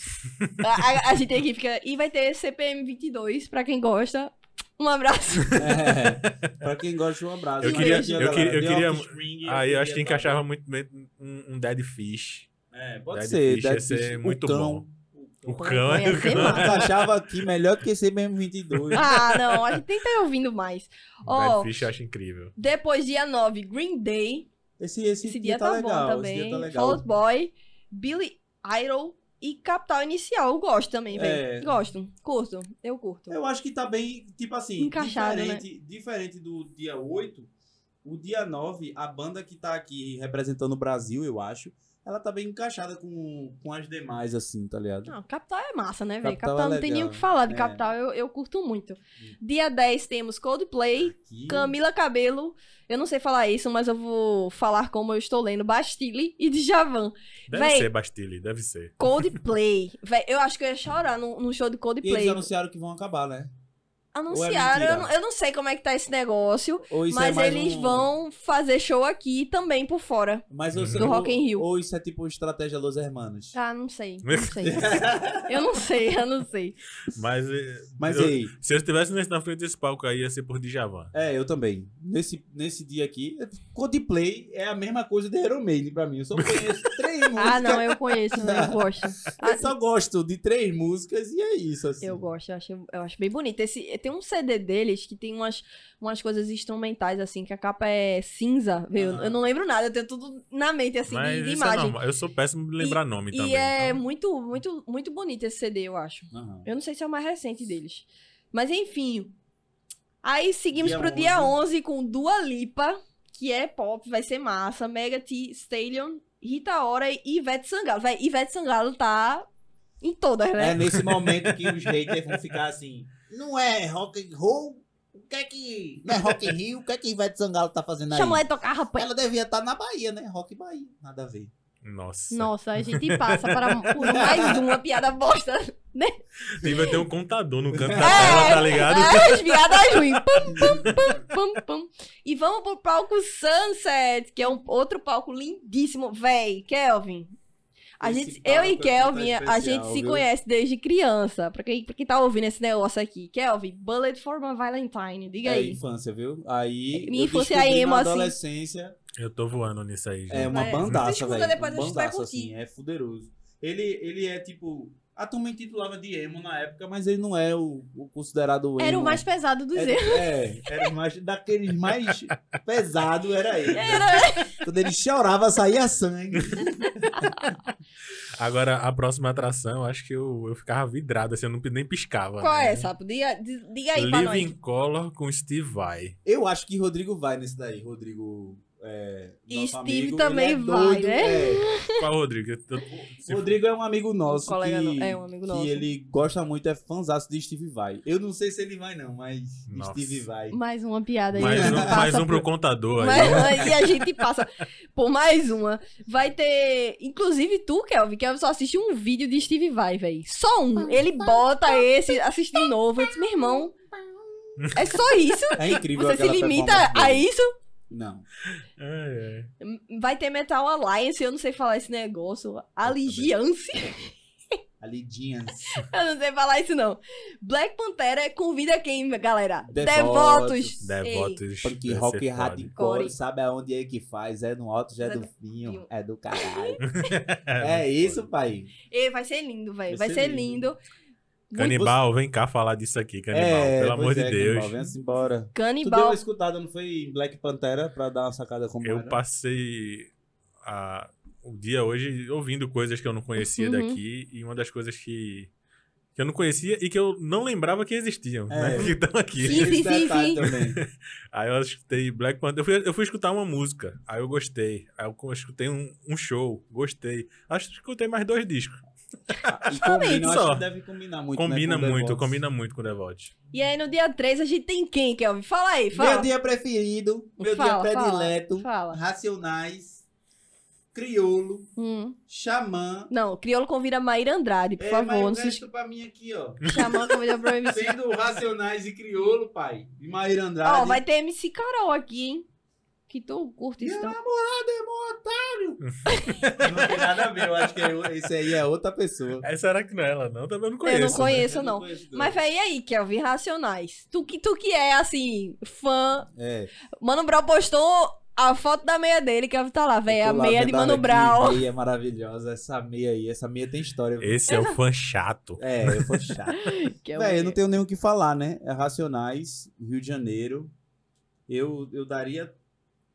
[SPEAKER 1] a, a- a gente tem que ficar... E vai ter CPM 22, pra quem gosta. Um abraço.
[SPEAKER 3] É, pra quem gosta de um abraço.
[SPEAKER 2] Eu
[SPEAKER 3] Mas
[SPEAKER 2] queria-
[SPEAKER 3] aqui, ó,
[SPEAKER 2] eu queria-
[SPEAKER 3] galera,
[SPEAKER 2] eu
[SPEAKER 3] The
[SPEAKER 2] queria-
[SPEAKER 3] Office-
[SPEAKER 2] Aí eu acho que encaixava muito bem um, um Dead Fish.
[SPEAKER 8] É,
[SPEAKER 3] Pode
[SPEAKER 2] Dead
[SPEAKER 3] ser,
[SPEAKER 2] Fish
[SPEAKER 3] Dead
[SPEAKER 2] ia ser
[SPEAKER 3] Fish, o
[SPEAKER 2] muito
[SPEAKER 3] cão.
[SPEAKER 2] bom. O
[SPEAKER 3] cão.
[SPEAKER 2] cão,
[SPEAKER 1] Ia
[SPEAKER 2] o
[SPEAKER 1] ser
[SPEAKER 2] cão.
[SPEAKER 1] massa.
[SPEAKER 3] Encaixava aqui melhor que esse mesmo 22.
[SPEAKER 1] Ah, não. A gente nem tá ouvindo mais. Ó.
[SPEAKER 2] Dead Fish eu acho incrível.
[SPEAKER 9] Depois, dia 9, Green Day.
[SPEAKER 3] Esse, esse,
[SPEAKER 9] Esse, dia, tá,
[SPEAKER 3] legal,
[SPEAKER 9] bom
[SPEAKER 3] esse
[SPEAKER 9] também.
[SPEAKER 3] dia tá legal.
[SPEAKER 9] Fall Out Boy, Billy Idol e Capital Inicial. Eu gosto também, velho.
[SPEAKER 3] É.
[SPEAKER 9] Gosto. Curto. Eu curto.
[SPEAKER 3] Eu acho que tá bem, tipo assim,
[SPEAKER 1] Encaixado, né?
[SPEAKER 3] diferente, diferente do dia 8, o dia 9, a banda que tá aqui representando o Brasil, eu acho, ela tá bem encaixada com, com as demais, assim, tá ligado?
[SPEAKER 1] Não, Capital é massa, né, velho?
[SPEAKER 3] Capital
[SPEAKER 1] Capital,
[SPEAKER 3] é
[SPEAKER 1] não tem nem o
[SPEAKER 3] legal.
[SPEAKER 1] que falar de
[SPEAKER 3] É. Hum.
[SPEAKER 1] Capital, eu, eu curto muito. Dia 10 temos Coldplay,
[SPEAKER 3] Aqui,
[SPEAKER 1] Camila Cabelo, eu não sei falar isso, mas eu vou falar como eu estou lendo, Bastille e Djavan.
[SPEAKER 2] Deve
[SPEAKER 1] Véi.
[SPEAKER 2] ser, Bastille, deve ser.
[SPEAKER 1] Coldplay, velho, eu acho que eu ia chorar num, num show de
[SPEAKER 3] e eles
[SPEAKER 1] Coldplay.
[SPEAKER 3] anunciaram que vão acabar, né?
[SPEAKER 1] Anunciaram, eu,
[SPEAKER 3] mentira?
[SPEAKER 1] não, eu não sei como é que tá esse negócio,
[SPEAKER 3] Ou isso é
[SPEAKER 1] mas
[SPEAKER 3] mais
[SPEAKER 1] eles
[SPEAKER 3] um-
[SPEAKER 1] vão fazer show aqui também por fora.
[SPEAKER 3] mas eu
[SPEAKER 2] Uhum.
[SPEAKER 3] sei-
[SPEAKER 1] do
[SPEAKER 3] ou-
[SPEAKER 1] Rock in Rio.
[SPEAKER 3] Ou isso é tipo estratégia Los Hermanos.
[SPEAKER 1] Ah, não sei, não sei. eu não sei, eu não sei.
[SPEAKER 2] Mas, eh,
[SPEAKER 3] Mas
[SPEAKER 2] eu-
[SPEAKER 3] ei,
[SPEAKER 2] se eu estivesse nesse- na frente desse palco aí, ia ser por Djavan.
[SPEAKER 3] é, eu também. Nesse, nesse dia aqui, Coldplay é a mesma coisa de Iron Maiden pra mim. Eu só conheço três músicas.
[SPEAKER 1] Ah, não, eu conheço, eu gosto.
[SPEAKER 3] Eu só gosto de três músicas e é isso, assim.
[SPEAKER 1] Eu gosto, eu acho, eu acho bem bonito. Esse, tem um CD deles que tem umas, umas coisas instrumentais, assim, que a capa é cinza. viu? Eu,
[SPEAKER 3] Aham.
[SPEAKER 1] não lembro nada, eu tenho tudo na mente, assim, de-
[SPEAKER 2] Mas
[SPEAKER 1] de
[SPEAKER 2] isso é
[SPEAKER 1] imagem.
[SPEAKER 2] normal. Eu sou péssimo de lembrar nome
[SPEAKER 1] e
[SPEAKER 2] também.
[SPEAKER 1] é
[SPEAKER 2] então.
[SPEAKER 1] muito, muito, muito bonito esse CD, eu acho.
[SPEAKER 3] Aham.
[SPEAKER 1] Eu não sei se é o mais recente deles. Mas enfim. Aí seguimos
[SPEAKER 3] Dia
[SPEAKER 1] pro dia 11 com Dua Lipa, que é pop, vai ser massa. Mega T Stallion, Rita Ora e Ivete Sangalo. Vai, Ivete Sangalo tá em todas, né?
[SPEAKER 3] É nesse momento que os haters vão ficar assim, não é rock and roll? O que é que... Não é rock in Rio? O que é que Ivete Sangalo tá fazendo aí?
[SPEAKER 1] Chamou ela de tocar, rapaz.
[SPEAKER 3] Ela devia estar na Bahia, né? Rock Bahia. Nada a ver.
[SPEAKER 2] Nossa.
[SPEAKER 1] Nossa, a gente passa para um- por mais uma piada bosta.
[SPEAKER 2] E vai ter um contador no
[SPEAKER 1] É,
[SPEAKER 2] canto da tela, tá ligado?
[SPEAKER 1] As piadas ruins. Pum, pum, pum, pum, pum. E vamos pro palco Sunset, que é um outro palco lindíssimo. Véi, Kelvin. A
[SPEAKER 3] Esse
[SPEAKER 1] gente, eu e
[SPEAKER 3] palco aqui tá
[SPEAKER 1] Kelvin, a
[SPEAKER 3] especial,
[SPEAKER 1] gente se
[SPEAKER 3] viu?
[SPEAKER 1] conhece desde criança. Pra quem, pra quem tá ouvindo esse negócio aqui. Kelvin, Bullet for my Valentine. Diga
[SPEAKER 3] É
[SPEAKER 1] aí.
[SPEAKER 3] infância, viu? Aí.
[SPEAKER 1] Minha
[SPEAKER 3] eu
[SPEAKER 1] infância é
[SPEAKER 3] descobri
[SPEAKER 1] emo,
[SPEAKER 3] na
[SPEAKER 1] assim.
[SPEAKER 3] adolescência.
[SPEAKER 2] Eu tô voando nisso aí, gente.
[SPEAKER 3] É uma
[SPEAKER 1] Vai.
[SPEAKER 3] bandaça,
[SPEAKER 1] Escuta
[SPEAKER 3] velho.
[SPEAKER 1] depois, a
[SPEAKER 3] uma
[SPEAKER 1] gente vai
[SPEAKER 3] bandaça,
[SPEAKER 1] curtir.
[SPEAKER 3] assim. É fuderoso. Ele, ele é tipo. A turma intitulava de emo na época, mas ele não é o, o considerado emo.
[SPEAKER 1] Era o mais pesado dos erros.
[SPEAKER 3] É, era o mais, daqueles mais pesado era ele. Quando ele chorava, saía sangue.
[SPEAKER 2] Agora, a próxima atração, acho que eu, eu ficava vidrado, assim, eu não, nem piscava.
[SPEAKER 1] Qual
[SPEAKER 2] né?
[SPEAKER 1] é, Sapo? Diga, di- diga aí pra nós.
[SPEAKER 2] Living Color com Steve Vai.
[SPEAKER 3] Eu acho que Rodrigo vai nesse daí. Rodrigo. É,
[SPEAKER 1] E
[SPEAKER 3] nosso
[SPEAKER 1] Steve
[SPEAKER 3] amigo,
[SPEAKER 1] também
[SPEAKER 3] ele é
[SPEAKER 1] vai,
[SPEAKER 3] doido,
[SPEAKER 1] né?
[SPEAKER 3] é.
[SPEAKER 2] Qual, Rodrigo? Eu tô- se-
[SPEAKER 3] Rodrigo é um amigo nosso.
[SPEAKER 1] colega
[SPEAKER 3] que,
[SPEAKER 1] no- é um amigo
[SPEAKER 3] que
[SPEAKER 1] nosso.
[SPEAKER 3] ele gosta muito, é fãzaço de Steve Vai. Eu não sei se ele vai, não, mas
[SPEAKER 2] Nossa.
[SPEAKER 3] Steve Vai.
[SPEAKER 1] Mais uma piada aí.
[SPEAKER 2] Mais
[SPEAKER 1] que
[SPEAKER 2] um,
[SPEAKER 1] passa
[SPEAKER 2] mais um
[SPEAKER 1] por-
[SPEAKER 2] pro contador aí.
[SPEAKER 1] Mas, é. e a gente passa por mais uma. Vai ter. Inclusive tu, Kelvin, que só assiste um vídeo de Steve Vai, velho. Só um. Ele bota esse, assiste de novo. Eu disse, meu irmão. É só isso?
[SPEAKER 3] É incrível
[SPEAKER 1] Você se
[SPEAKER 3] aquela
[SPEAKER 1] limita
[SPEAKER 3] performance
[SPEAKER 1] a
[SPEAKER 3] dele.
[SPEAKER 1] isso?
[SPEAKER 3] Não.
[SPEAKER 2] É, é.
[SPEAKER 1] Vai ter Metal Alliance, eu não sei falar esse negócio. Aligiance,
[SPEAKER 3] Ali, Jeans.
[SPEAKER 1] eu não sei falar isso não. Black Pantera convida quem, galera? Devotos.
[SPEAKER 3] Devotos.
[SPEAKER 2] Devotos.
[SPEAKER 3] Punk
[SPEAKER 2] deve
[SPEAKER 3] rock
[SPEAKER 2] ser foda.
[SPEAKER 3] hardcore,
[SPEAKER 1] Core.
[SPEAKER 3] sabe aonde é que faz? É no alto, já é
[SPEAKER 1] É
[SPEAKER 3] do
[SPEAKER 1] do
[SPEAKER 3] vinho,
[SPEAKER 1] vinho.
[SPEAKER 3] é do caralho.
[SPEAKER 2] É,
[SPEAKER 3] É isso, pai.
[SPEAKER 1] Ei, Ei, vai ser lindo, velho. Vai, ser lindo.
[SPEAKER 2] Canibal, vem cá falar disso aqui, Canibal.
[SPEAKER 3] É,
[SPEAKER 2] pelo amor
[SPEAKER 3] pois
[SPEAKER 2] de
[SPEAKER 3] é,
[SPEAKER 2] Deus.
[SPEAKER 3] Canibal, Vem-se embora. Tu deu
[SPEAKER 1] Canibal.
[SPEAKER 3] uma escutada, não foi em Black Pantera pra dar uma sacada como
[SPEAKER 2] Eu
[SPEAKER 3] era?
[SPEAKER 2] passei a- o dia hoje ouvindo coisas que eu não conhecia
[SPEAKER 1] Uhum.
[SPEAKER 2] daqui e uma das coisas que, que eu não conhecia e que eu não lembrava que existiam,
[SPEAKER 3] É.
[SPEAKER 2] né? Que estão aqui.
[SPEAKER 1] Sim,
[SPEAKER 3] Esse
[SPEAKER 1] sim, sim,
[SPEAKER 3] detalhe
[SPEAKER 1] sim.
[SPEAKER 3] também.
[SPEAKER 2] Aí eu escutei Black Panther. Eu fui, eu fui escutar uma música, aí eu gostei. Aí eu co- escutei um, um show, gostei. Acho que escutei mais dois discos.
[SPEAKER 3] E combina, eu acho
[SPEAKER 2] Só.
[SPEAKER 3] que deve combinar muito,
[SPEAKER 2] combina
[SPEAKER 3] né, com o
[SPEAKER 2] muito,
[SPEAKER 3] Devotos.
[SPEAKER 2] combina muito com o Devote.
[SPEAKER 1] E aí no dia 3 a gente tem quem, Kelvin? Fala aí,
[SPEAKER 3] Meu
[SPEAKER 1] fala.
[SPEAKER 3] dia preferido, meu
[SPEAKER 1] Fala,
[SPEAKER 3] dia
[SPEAKER 1] fala,
[SPEAKER 3] predileto,
[SPEAKER 1] fala.
[SPEAKER 3] Racionais, Criolo,
[SPEAKER 1] Hum.
[SPEAKER 3] Xamã.
[SPEAKER 1] Não, o Criolo convida Maíra Andrade, por
[SPEAKER 3] é, mas
[SPEAKER 1] favor.
[SPEAKER 3] o
[SPEAKER 1] Não se
[SPEAKER 3] resto pra mim aqui, ó.
[SPEAKER 1] chamar convida pra MC.
[SPEAKER 3] Sendo Racionais e Criolo, pai. E Maíra Andrade.
[SPEAKER 1] Ó, vai ter MC Carol aqui, hein? Que tu curte isso.
[SPEAKER 3] Minha
[SPEAKER 1] então.
[SPEAKER 3] namorada é mó otário. viu? não tem nada a ver, eu acho que é- esse aí é outra pessoa.
[SPEAKER 2] É, será que não é ela, não? Também não
[SPEAKER 9] Eu
[SPEAKER 2] conheço.
[SPEAKER 9] não conheço,
[SPEAKER 8] Eu
[SPEAKER 9] não.
[SPEAKER 8] conheço,
[SPEAKER 9] Mas véi, e aí, Kelvin, Racionais? Tu que, tu que é, assim, fã.
[SPEAKER 3] É.
[SPEAKER 9] Mano Brown postou a foto da meia dele, Kelvin tá lá, véi.
[SPEAKER 3] Eu
[SPEAKER 9] A
[SPEAKER 3] tô lá
[SPEAKER 9] meia de
[SPEAKER 3] vendado
[SPEAKER 9] Mano
[SPEAKER 3] aqui,
[SPEAKER 9] Brown.
[SPEAKER 3] Meia maravilhosa, essa meia aí. Essa meia tem história. viu?
[SPEAKER 2] Esse é o fã chato.
[SPEAKER 3] É, eu vou chato.
[SPEAKER 9] É um
[SPEAKER 3] Véi, eu não tenho nem o que falar, né? É Racionais, Rio de Janeiro. Eu, eu daria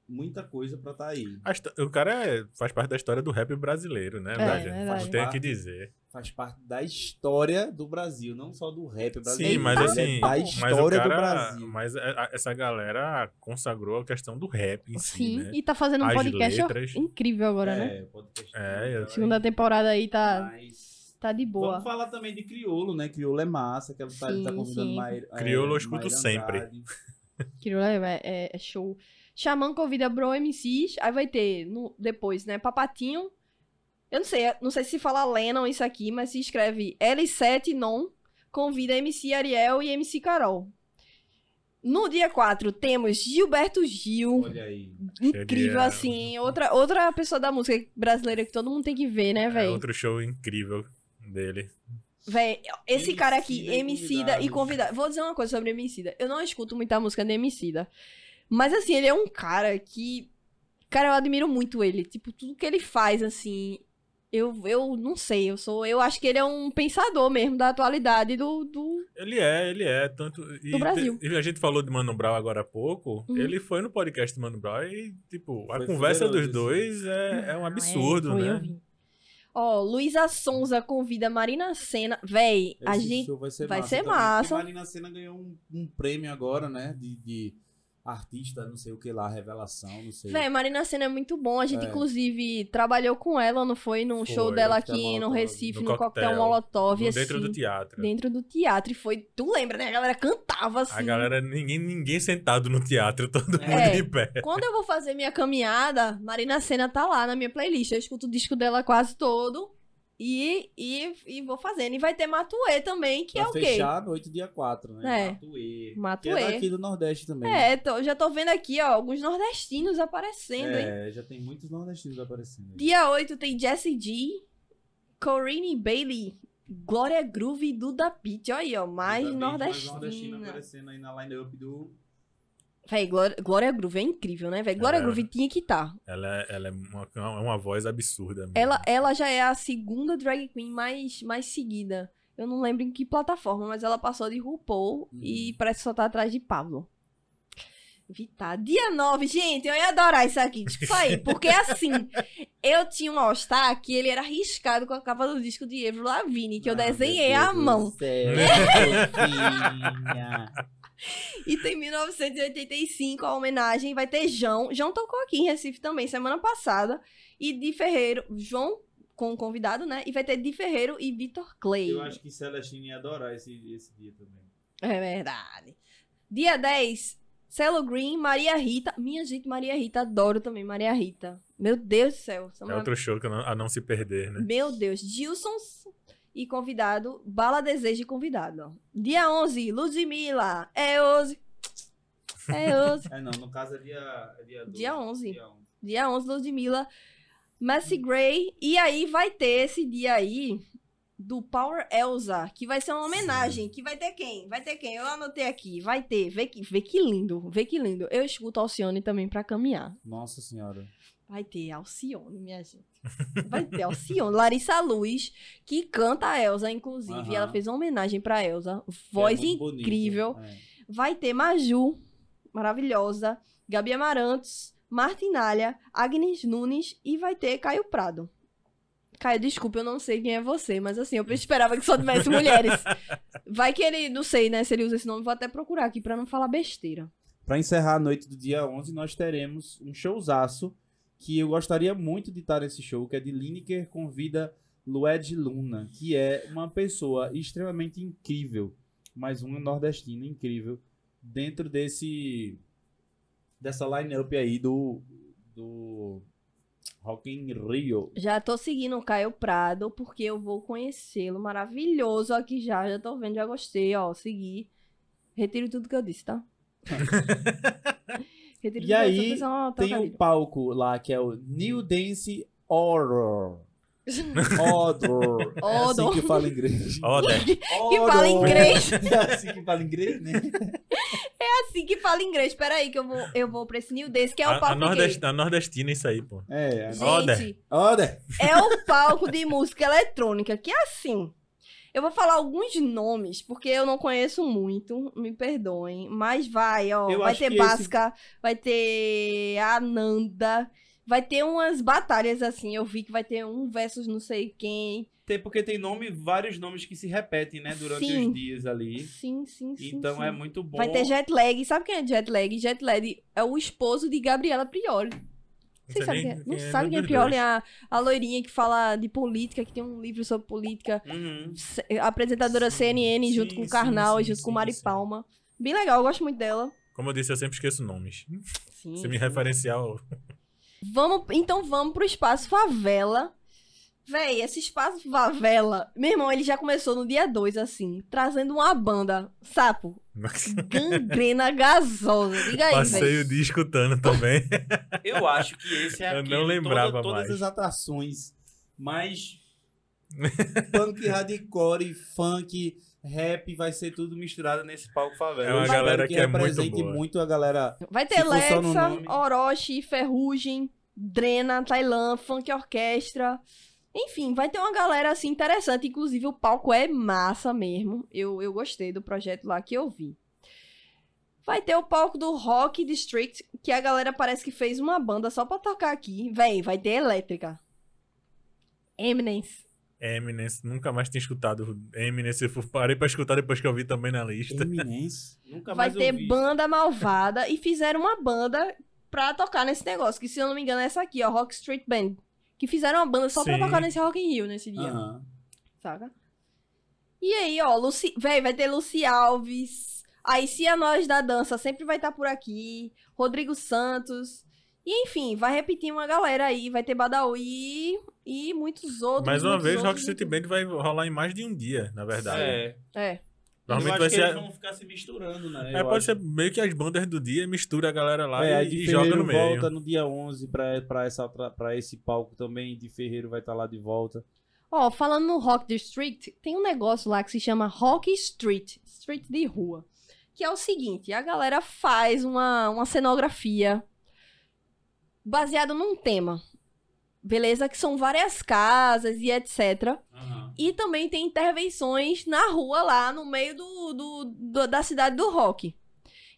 [SPEAKER 3] muita coisa pra estar tá aí.
[SPEAKER 2] A histó- O cara é- faz parte da história do rap brasileiro, né? verdade?
[SPEAKER 3] é
[SPEAKER 9] É verdade.
[SPEAKER 2] Não tem o que dizer.
[SPEAKER 3] Faz parte da história do Brasil, não só do rap brasileiro.
[SPEAKER 2] Sim, mas
[SPEAKER 3] ele
[SPEAKER 2] assim.
[SPEAKER 3] É da
[SPEAKER 2] Mas o
[SPEAKER 3] história do
[SPEAKER 2] cara.
[SPEAKER 3] Brasil.
[SPEAKER 2] Mas é, a- a- essa galera consagrou a questão do rap em si.
[SPEAKER 1] Sim,
[SPEAKER 2] né?
[SPEAKER 1] e tá fazendo um
[SPEAKER 2] As
[SPEAKER 1] podcast ó,
[SPEAKER 2] letras.
[SPEAKER 1] incrível agora, né?
[SPEAKER 3] É, podcast.
[SPEAKER 2] É, eu-
[SPEAKER 1] Segunda temporada aí tá,
[SPEAKER 3] Mas...
[SPEAKER 1] tá de boa.
[SPEAKER 3] Vamos falar também de Criolo, né? Criolo é massa, que ela tá, ele tá
[SPEAKER 1] Sim,
[SPEAKER 3] convidando
[SPEAKER 1] sim.
[SPEAKER 3] Maíra- é,
[SPEAKER 2] Criolo eu escuto
[SPEAKER 3] Maíra
[SPEAKER 2] sempre.
[SPEAKER 3] Andrade.
[SPEAKER 1] Aquilo é, é- é show. Xamã convida Bro MCs, aí vai ter no, depois, né? Papatinho. Eu não sei, é, não sei se fala Lennon isso aqui, mas se escreve L7 Non convida MC Ariel e MC Carol. No dia 4 temos Gilberto Gil.
[SPEAKER 3] Olha aí.
[SPEAKER 1] Incrível,
[SPEAKER 2] Seria-
[SPEAKER 1] assim. Outra, outra pessoa da música brasileira que todo mundo tem que ver, né,
[SPEAKER 2] É
[SPEAKER 1] velho?
[SPEAKER 2] outro show incrível dele.
[SPEAKER 1] Véi, esse
[SPEAKER 3] Emicida
[SPEAKER 1] cara aqui,
[SPEAKER 3] e
[SPEAKER 1] Emicida e
[SPEAKER 3] convidados.
[SPEAKER 1] convidado. Vou dizer uma coisa sobre Emicida. Eu não escuto muita música de Emicida. Mas assim, ele é um cara que. Cara, eu admiro muito ele. Tipo, tudo que ele faz, assim. Eu, eu não sei, eu sou. Eu acho que ele é um pensador mesmo da atualidade do. do...
[SPEAKER 2] Ele é, ele é, tanto. E
[SPEAKER 1] Do Brasil.
[SPEAKER 2] te- e a gente falou de Mano Brown agora há pouco.
[SPEAKER 1] Uhum.
[SPEAKER 2] Ele foi no podcast de Mano Brown e, tipo, a
[SPEAKER 3] Foi
[SPEAKER 2] conversa dos
[SPEAKER 3] poderoso,
[SPEAKER 2] dois é, é um absurdo,
[SPEAKER 1] Ah, Foi, eu
[SPEAKER 2] né?
[SPEAKER 1] vi. Ó, Luísa Sonza convida Marina Senna. Véi, a
[SPEAKER 3] Esse
[SPEAKER 1] gente.
[SPEAKER 3] show vai ser
[SPEAKER 1] vai
[SPEAKER 3] massa.
[SPEAKER 1] ser
[SPEAKER 3] também, porque
[SPEAKER 1] massa.
[SPEAKER 3] Marina Senna ganhou um, um prêmio agora, né? De, de artista, não sei o que lá, revelação, não sei.
[SPEAKER 1] Véi, Marina Senna é muito bom. A gente,
[SPEAKER 3] É.
[SPEAKER 1] inclusive, trabalhou com ela, não foi? Num show
[SPEAKER 2] Foi,
[SPEAKER 1] dela
[SPEAKER 3] Coquetel
[SPEAKER 1] aqui no
[SPEAKER 3] Molotov,
[SPEAKER 1] Recife,
[SPEAKER 2] no
[SPEAKER 1] no, Coquetel,
[SPEAKER 2] Coquetel,
[SPEAKER 1] Molotov.
[SPEAKER 2] No- dentro
[SPEAKER 1] assim.
[SPEAKER 2] do teatro.
[SPEAKER 1] dentro do teatro. E foi. Tu lembra, né? A galera cantava assim.
[SPEAKER 2] A galera, ninguém, ninguém sentado no teatro, todo mundo
[SPEAKER 1] É.
[SPEAKER 2] de pé.
[SPEAKER 1] Quando eu vou fazer minha caminhada, Marina Senna tá lá na minha playlist. Eu escuto o disco dela quase todo. E, e, e vou fazendo. E vai ter Matuê também, que
[SPEAKER 3] Pra
[SPEAKER 1] é o quê?
[SPEAKER 3] fechar a noite dia 4, né?
[SPEAKER 1] É.
[SPEAKER 3] Matuê. Que
[SPEAKER 1] Matuê.
[SPEAKER 3] é daqui do Nordeste também. né?
[SPEAKER 1] É, tô- já tô vendo aqui, ó, alguns nordestinos aparecendo, hein?
[SPEAKER 3] É, já tem muitos nordestinos aparecendo. aí.
[SPEAKER 1] Dia 8 tem Jessie G, Corinne Bailey, Glória Groove e Duda Pitt. Olha aí, ó, mais
[SPEAKER 3] Ainda bem que
[SPEAKER 1] nordestina.
[SPEAKER 3] Mais nordestino aparecendo aí na line-up do...
[SPEAKER 1] Véi, Glória, Glória Groove é incrível, né, véi? Glória
[SPEAKER 2] É.
[SPEAKER 1] Groove tinha que tá. estar.
[SPEAKER 2] Ela, ela é, uma, é uma voz absurda. mesmo.
[SPEAKER 1] Ela, ela já é a segunda drag queen mais, mais seguida. Eu não lembro em que plataforma, mas ela passou de RuPaul
[SPEAKER 3] Uhum.
[SPEAKER 1] e parece que só tá atrás de Pablo. Vitar. Dia 9, gente, eu ia adorar isso aqui. Tipo aí, porque assim, eu tinha um All-Star que ele era riscado com a capa do disco de Evro Lavigne, que eu
[SPEAKER 3] Ah, meu
[SPEAKER 1] desenhei
[SPEAKER 3] Deus
[SPEAKER 1] à
[SPEAKER 3] do
[SPEAKER 1] mão.
[SPEAKER 3] céu, fofinha.
[SPEAKER 1] E tem 1985 a homenagem. Vai ter João. João tocou aqui em Recife também, semana passada. E Di Ferreiro. João com o convidado, né? E vai ter Di Ferreiro e Vitor Clay.
[SPEAKER 3] Eu acho que Celestino ia adorar esse, esse dia também.
[SPEAKER 1] É verdade. Dia 10, Celo Green, Maria Rita. Minha gente, Maria Rita, adoro também Maria Rita. Meu Deus do céu. essa
[SPEAKER 2] É
[SPEAKER 1] mulher-
[SPEAKER 2] outro show que não- a não se perder, né?
[SPEAKER 1] Meu Deus. Gilson e convidado. Bala Desejo e convidado. ó. Dia 11, Ludmilla. É hoje. É hoje.
[SPEAKER 3] É, não, no caso é dia... É dia, 12,
[SPEAKER 1] Dia 11.
[SPEAKER 3] Dia 11.
[SPEAKER 1] Dia 11, Ludmilla, Messi Gray. E aí vai ter esse dia aí do Power Elsa, que vai ser uma homenagem. Que vai ter quem? Vai ter quem? Eu anotei aqui. Vai ter. Vê que, vê que lindo. Vê que lindo. Eu escuto Alcione também pra caminhar.
[SPEAKER 3] Nossa senhora.
[SPEAKER 1] Vai ter Alcione, minha gente. Vai ter Alcione. Larissa Luz, que canta a Elsa, inclusive.
[SPEAKER 3] Aham.
[SPEAKER 1] Ela fez uma homenagem pra Elsa. Voz
[SPEAKER 3] É muito bonito,
[SPEAKER 1] incrível.
[SPEAKER 3] é.
[SPEAKER 1] Vai ter Maju, maravilhosa, Gabi Amarantos, Martinalha, Agnes Nunes e vai ter Caio Prado. Caio, desculpa, eu não sei quem é você, mas assim, eu esperava que só tivesse mulheres. Vai que ele, não sei, né, se ele usa esse nome, vou até procurar aqui pra não falar besteira.
[SPEAKER 3] Pra encerrar a noite do dia 11, nós teremos um showzaço que eu gostaria muito de estar nesse show, que é de Lineker convida Lued Luna, que é uma pessoa extremamente incrível, mais uma nordestina incrível, dentro desse dessa line-up aí do do Rock in Rio.
[SPEAKER 1] Já tô seguindo o Caio Prado, porque eu vou conhecê-lo, maravilhoso aqui já, já tô vendo, já gostei, ó, segui. Retiro tudo que eu disse, tá? Retiro
[SPEAKER 3] E
[SPEAKER 1] tudo que eu
[SPEAKER 3] aí,
[SPEAKER 1] disse, só fiz uma
[SPEAKER 3] Tem
[SPEAKER 1] trocadilho.
[SPEAKER 3] um palco lá que é o New Dance Horror. Horror. É assim
[SPEAKER 1] Odor.
[SPEAKER 3] que fala inglês.
[SPEAKER 2] Oder.
[SPEAKER 1] Que fala inglês.
[SPEAKER 3] É assim que fala inglês, né?
[SPEAKER 1] Assim que fala inglês. Peraí, que eu vou, eu vou pra esse new desse, que é o
[SPEAKER 2] A, a,
[SPEAKER 1] palco
[SPEAKER 2] nordest-
[SPEAKER 1] gay.
[SPEAKER 2] a nordestina, isso aí, pô.
[SPEAKER 3] É.
[SPEAKER 1] Gente,
[SPEAKER 2] Oder.
[SPEAKER 3] Olha.
[SPEAKER 1] é o palco de música eletrônica, que é assim. Eu vou falar alguns nomes, porque eu não conheço muito, me perdoem. Mas vai, ó.
[SPEAKER 8] Eu
[SPEAKER 1] vai
[SPEAKER 8] acho
[SPEAKER 1] ter
[SPEAKER 8] que esse-
[SPEAKER 1] Basca, vai ter Ananda, vai ter umas batalhas assim. Eu vi que vai ter um versus não sei quem.
[SPEAKER 8] Tem, porque tem nome, vários nomes que se repetem, né? Durante
[SPEAKER 1] Sim.
[SPEAKER 8] os dias ali.
[SPEAKER 1] Sim, sim, sim.
[SPEAKER 8] Então
[SPEAKER 1] sim.
[SPEAKER 8] é muito bom.
[SPEAKER 1] Vai ter jet lag. Sabe quem é jet lag? Jet lag é o esposo de Gabriela Prioli. Vocês sabem quem é? Não sabe quem é Prioli? É a, a loirinha que fala de política, que tem um livro sobre política.
[SPEAKER 8] Uhum.
[SPEAKER 1] C- Apresentadora
[SPEAKER 2] Sim,
[SPEAKER 1] CNN
[SPEAKER 2] sim,
[SPEAKER 1] junto com o
[SPEAKER 2] sim,
[SPEAKER 1] Karnal e
[SPEAKER 2] sim,
[SPEAKER 1] junto com
[SPEAKER 2] sim,
[SPEAKER 1] o Mari
[SPEAKER 2] sim.
[SPEAKER 1] Palma. Bem legal, eu gosto muito dela.
[SPEAKER 2] Como eu disse, eu sempre esqueço nomes.
[SPEAKER 1] Sim.
[SPEAKER 2] Se me referenciar, eu-
[SPEAKER 1] Vamos, então vamos pro espaço favela. Véi, esse espaço favela, meu irmão, ele já começou no dia 2, assim, trazendo uma banda, sapo, gangrena gasosa. Diga aí, véi.
[SPEAKER 2] passei o dia escutando também.
[SPEAKER 8] Eu acho que esse é
[SPEAKER 2] Eu não
[SPEAKER 8] aquele,
[SPEAKER 2] lembrava
[SPEAKER 8] toda,
[SPEAKER 2] mais.
[SPEAKER 8] todas
[SPEAKER 3] Essas atrações.
[SPEAKER 8] Mas
[SPEAKER 3] Punk, hardcore, funk, rap, vai ser tudo
[SPEAKER 8] tudo misturado nesse palco favela.
[SPEAKER 2] É uma
[SPEAKER 3] Eu
[SPEAKER 8] Mas-
[SPEAKER 3] espero
[SPEAKER 2] galera que é muito
[SPEAKER 3] represente
[SPEAKER 2] boa.
[SPEAKER 3] muito a galera.
[SPEAKER 1] Vai
[SPEAKER 3] Se
[SPEAKER 1] ter
[SPEAKER 3] for só no
[SPEAKER 1] Lexa,
[SPEAKER 8] nome.
[SPEAKER 1] Orochi, Ferrugem, Drena, Tailã, Funk Orquestra. Enfim, vai ter uma galera assim interessante. Inclusive, o palco é massa mesmo. Eu, eu gostei do projeto lá que eu vi. Vai ter o palco do Rock District, que a galera parece que fez uma banda só pra tocar aqui. Véi, vai ter elétrica. Eminence.
[SPEAKER 2] Eminence, nunca mais tinha escutado Eminence. Eu parei pra escutar depois que eu vi também na lista.
[SPEAKER 3] Eminence.
[SPEAKER 8] Nunca
[SPEAKER 1] vai
[SPEAKER 8] mais
[SPEAKER 1] ter
[SPEAKER 8] ouvi.
[SPEAKER 1] banda malvada e fizeram uma banda pra tocar nesse negócio, que se eu não me engano é essa aqui, ó, Rock Street Band. Que fizeram uma banda só pra
[SPEAKER 2] Sim.
[SPEAKER 1] tocar nesse Rock in Rio nesse dia,
[SPEAKER 3] Aham.
[SPEAKER 1] saca? E aí, ó, Luci... Véi, vai ter Luci Alves, aí Cia Nós da Dança sempre vai estar por aqui, Rodrigo Santos, e enfim, vai repetir uma galera aí, vai ter Badawi e muitos outros.
[SPEAKER 2] Mais uma
[SPEAKER 1] muitos
[SPEAKER 2] vez, Rock
[SPEAKER 1] outros,
[SPEAKER 2] City
[SPEAKER 1] muitos-
[SPEAKER 2] Band vai rolar em mais de um dia, na verdade.
[SPEAKER 8] É.
[SPEAKER 1] É,
[SPEAKER 2] Normalmente
[SPEAKER 8] eu
[SPEAKER 2] vai
[SPEAKER 8] acho que
[SPEAKER 2] ser.
[SPEAKER 8] eles vão ficar se misturando, né?
[SPEAKER 2] É,
[SPEAKER 8] Eu
[SPEAKER 2] pode
[SPEAKER 8] acho.
[SPEAKER 2] ser meio que as bandas do dia, mistura a galera lá
[SPEAKER 3] É, a
[SPEAKER 2] e,
[SPEAKER 3] de
[SPEAKER 2] e joga no
[SPEAKER 3] Ferreiro
[SPEAKER 2] meio.
[SPEAKER 8] né?
[SPEAKER 3] volta no dia 11 pra, pra, essa, pra, pra esse palco também. De Ferreiro vai estar lá de volta.
[SPEAKER 1] Ó, falando no Rock District, tem um negócio lá que se chama Rock Street, street de rua, que é o seguinte, a galera faz uma, uma cenografia baseada num tema, beleza? Que são várias casas e etc.
[SPEAKER 8] Aham.
[SPEAKER 1] E também tem intervenções na rua lá, no meio do, do- do- da cidade do rock.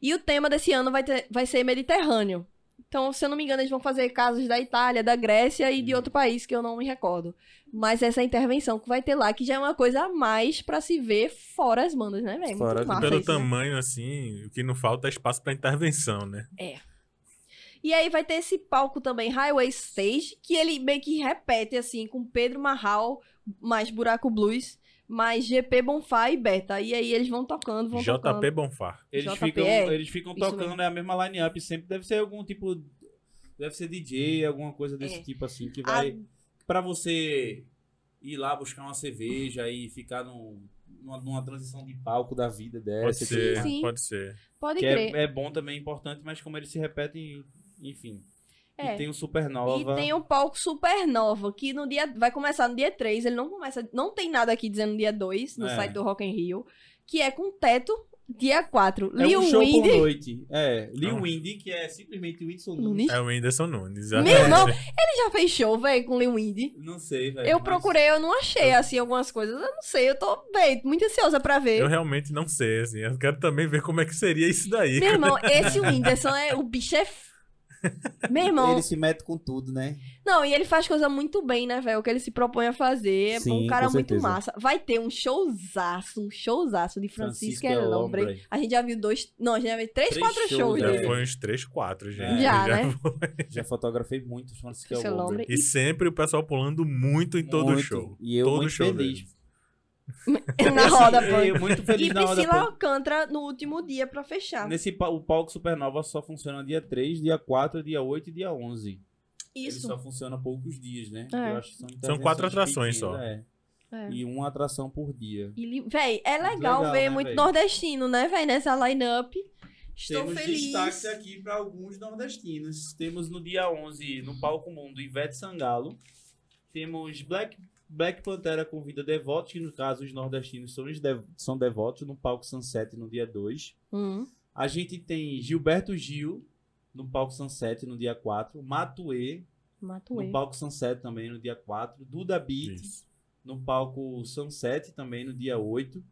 [SPEAKER 1] E o tema desse ano vai, ter- vai ser Mediterrâneo. Então, se eu não me engano, eles vão fazer casos da Itália, da Grécia e
[SPEAKER 3] Uhum.
[SPEAKER 1] de outro país que eu não me recordo. Mas essa intervenção que vai ter lá, que já é uma coisa a mais pra se ver fora as bandas, né, velho?
[SPEAKER 3] Fora
[SPEAKER 1] Muito
[SPEAKER 3] as
[SPEAKER 1] massa
[SPEAKER 2] Pelo
[SPEAKER 1] isso, né?
[SPEAKER 2] tamanho, assim, o que não falta é espaço pra intervenção, né?
[SPEAKER 1] E aí vai ter esse palco também, Highway Stage, que ele meio que repete, assim, com Pedro Marral, mais Buraco Blues, mais GP Bonfá e Beta. E aí eles vão tocando, vão tocando.
[SPEAKER 2] JP Bonfar.
[SPEAKER 8] Eles,
[SPEAKER 1] JP,
[SPEAKER 8] ficam,
[SPEAKER 1] é.
[SPEAKER 8] eles ficam
[SPEAKER 1] Isso
[SPEAKER 8] tocando é a mesma line-up sempre. Deve ser algum tipo. Deve ser DJ, alguma coisa desse
[SPEAKER 1] É.
[SPEAKER 8] tipo assim. Que
[SPEAKER 1] A-
[SPEAKER 8] vai. Pra você ir lá buscar uma cerveja e ficar num- numa, numa transição de palco.
[SPEAKER 3] Palco da vida
[SPEAKER 8] É,
[SPEAKER 2] Pode
[SPEAKER 3] dessa.
[SPEAKER 2] ser,
[SPEAKER 1] sim.
[SPEAKER 2] pode ser.
[SPEAKER 1] Pode
[SPEAKER 8] Que
[SPEAKER 1] crer.
[SPEAKER 8] é, é bom também, é importante, mas como eles se repetem, enfim.
[SPEAKER 1] É.
[SPEAKER 8] E tem o Supernova.
[SPEAKER 1] E tem o palco Supernova, que no dia vai começar no dia 3, ele não começa, não tem nada aqui dizendo dia 2 no
[SPEAKER 8] É.
[SPEAKER 1] site do Rock in Rio, que é com teto dia 4.
[SPEAKER 3] É
[SPEAKER 1] Lil
[SPEAKER 3] um show
[SPEAKER 1] Windy.
[SPEAKER 3] por noite. É.
[SPEAKER 8] Lil
[SPEAKER 2] Não.
[SPEAKER 8] Windy, que é simplesmente Whindersson Nunes.
[SPEAKER 1] Nunes.
[SPEAKER 2] É o Whindersson Nunes.
[SPEAKER 8] né?
[SPEAKER 1] Meu irmão, ele já fez show, velho, com Lil Windy.
[SPEAKER 8] Não sei, velho.
[SPEAKER 1] Eu
[SPEAKER 8] É, mas-
[SPEAKER 1] procurei, eu não achei, assim, algumas coisas. Eu não sei, eu tô, véi, muito ansiosa pra ver.
[SPEAKER 2] Eu realmente não sei, assim. Eu quero também ver como é que seria isso daí.
[SPEAKER 1] Meu irmão, esse Whindersson é. O bicho é. f- Meu irmão.
[SPEAKER 3] Ele se mete com tudo, né?
[SPEAKER 1] Não, e ele faz coisa muito bem, né, velho? O que ele se propõe a fazer. é
[SPEAKER 3] Sim,
[SPEAKER 1] um cara
[SPEAKER 3] com
[SPEAKER 1] muito
[SPEAKER 3] certeza.
[SPEAKER 1] massa. Vai ter um showzaço, um showzaço de Francisco
[SPEAKER 3] Francisco Elombre.
[SPEAKER 1] Elombre. A gente já viu dois. Não, a gente já viu três,
[SPEAKER 8] é Três
[SPEAKER 1] quatro shows
[SPEAKER 8] shows,
[SPEAKER 2] Já
[SPEAKER 8] né?
[SPEAKER 1] dele.
[SPEAKER 2] foi uns 3, 4, gente.
[SPEAKER 1] Já, né?
[SPEAKER 3] Já fotografei muito. Francisco
[SPEAKER 1] Francisco
[SPEAKER 3] Elombre.
[SPEAKER 1] Elombre.
[SPEAKER 2] E sempre o pessoal pulando muito em todo o
[SPEAKER 3] Muito.
[SPEAKER 2] show.
[SPEAKER 3] E eu
[SPEAKER 2] Todo
[SPEAKER 3] muito
[SPEAKER 2] show
[SPEAKER 3] feliz.
[SPEAKER 1] E na roda,
[SPEAKER 8] Assim,
[SPEAKER 1] pô.
[SPEAKER 8] Eu muito
[SPEAKER 1] E
[SPEAKER 8] feliz na roda.
[SPEAKER 1] Priscila Alcântara no último dia pra fechar.
[SPEAKER 8] Nesse pa- o palco Supernova só funciona dia 3, dia 4, dia 8 e dia 11. Ele
[SPEAKER 1] Isso.
[SPEAKER 8] só funciona poucos dias, né?
[SPEAKER 1] É.
[SPEAKER 8] Eu acho que são,
[SPEAKER 2] São quatro
[SPEAKER 8] intervenções
[SPEAKER 2] atrações só.
[SPEAKER 8] pequenas, é.
[SPEAKER 1] É.
[SPEAKER 8] E uma atração por dia.
[SPEAKER 1] E, li- véi, é legal,
[SPEAKER 8] legal,
[SPEAKER 1] ver
[SPEAKER 8] né,
[SPEAKER 1] muito
[SPEAKER 8] véi?
[SPEAKER 1] nordestino, né, véi, nessa lineup. Estou
[SPEAKER 8] Temos
[SPEAKER 1] feliz.
[SPEAKER 8] destaques aqui para alguns nordestinos. Temos no dia 11, no Palco Mundo, Ivete Sangalo. Temos Black, Black Pantera convida devotos, que no caso os nordestinos são, os dev- são devotos, no palco Sunset no dia 2.
[SPEAKER 1] Hum.
[SPEAKER 8] A gente tem Gilberto Gil no palco Sunset no dia 4. Matue
[SPEAKER 1] Mato
[SPEAKER 8] no
[SPEAKER 1] eu.
[SPEAKER 8] palco Sunset também no dia 4. Duda Beat
[SPEAKER 2] Isso.
[SPEAKER 8] no palco Sunset também no dia 8.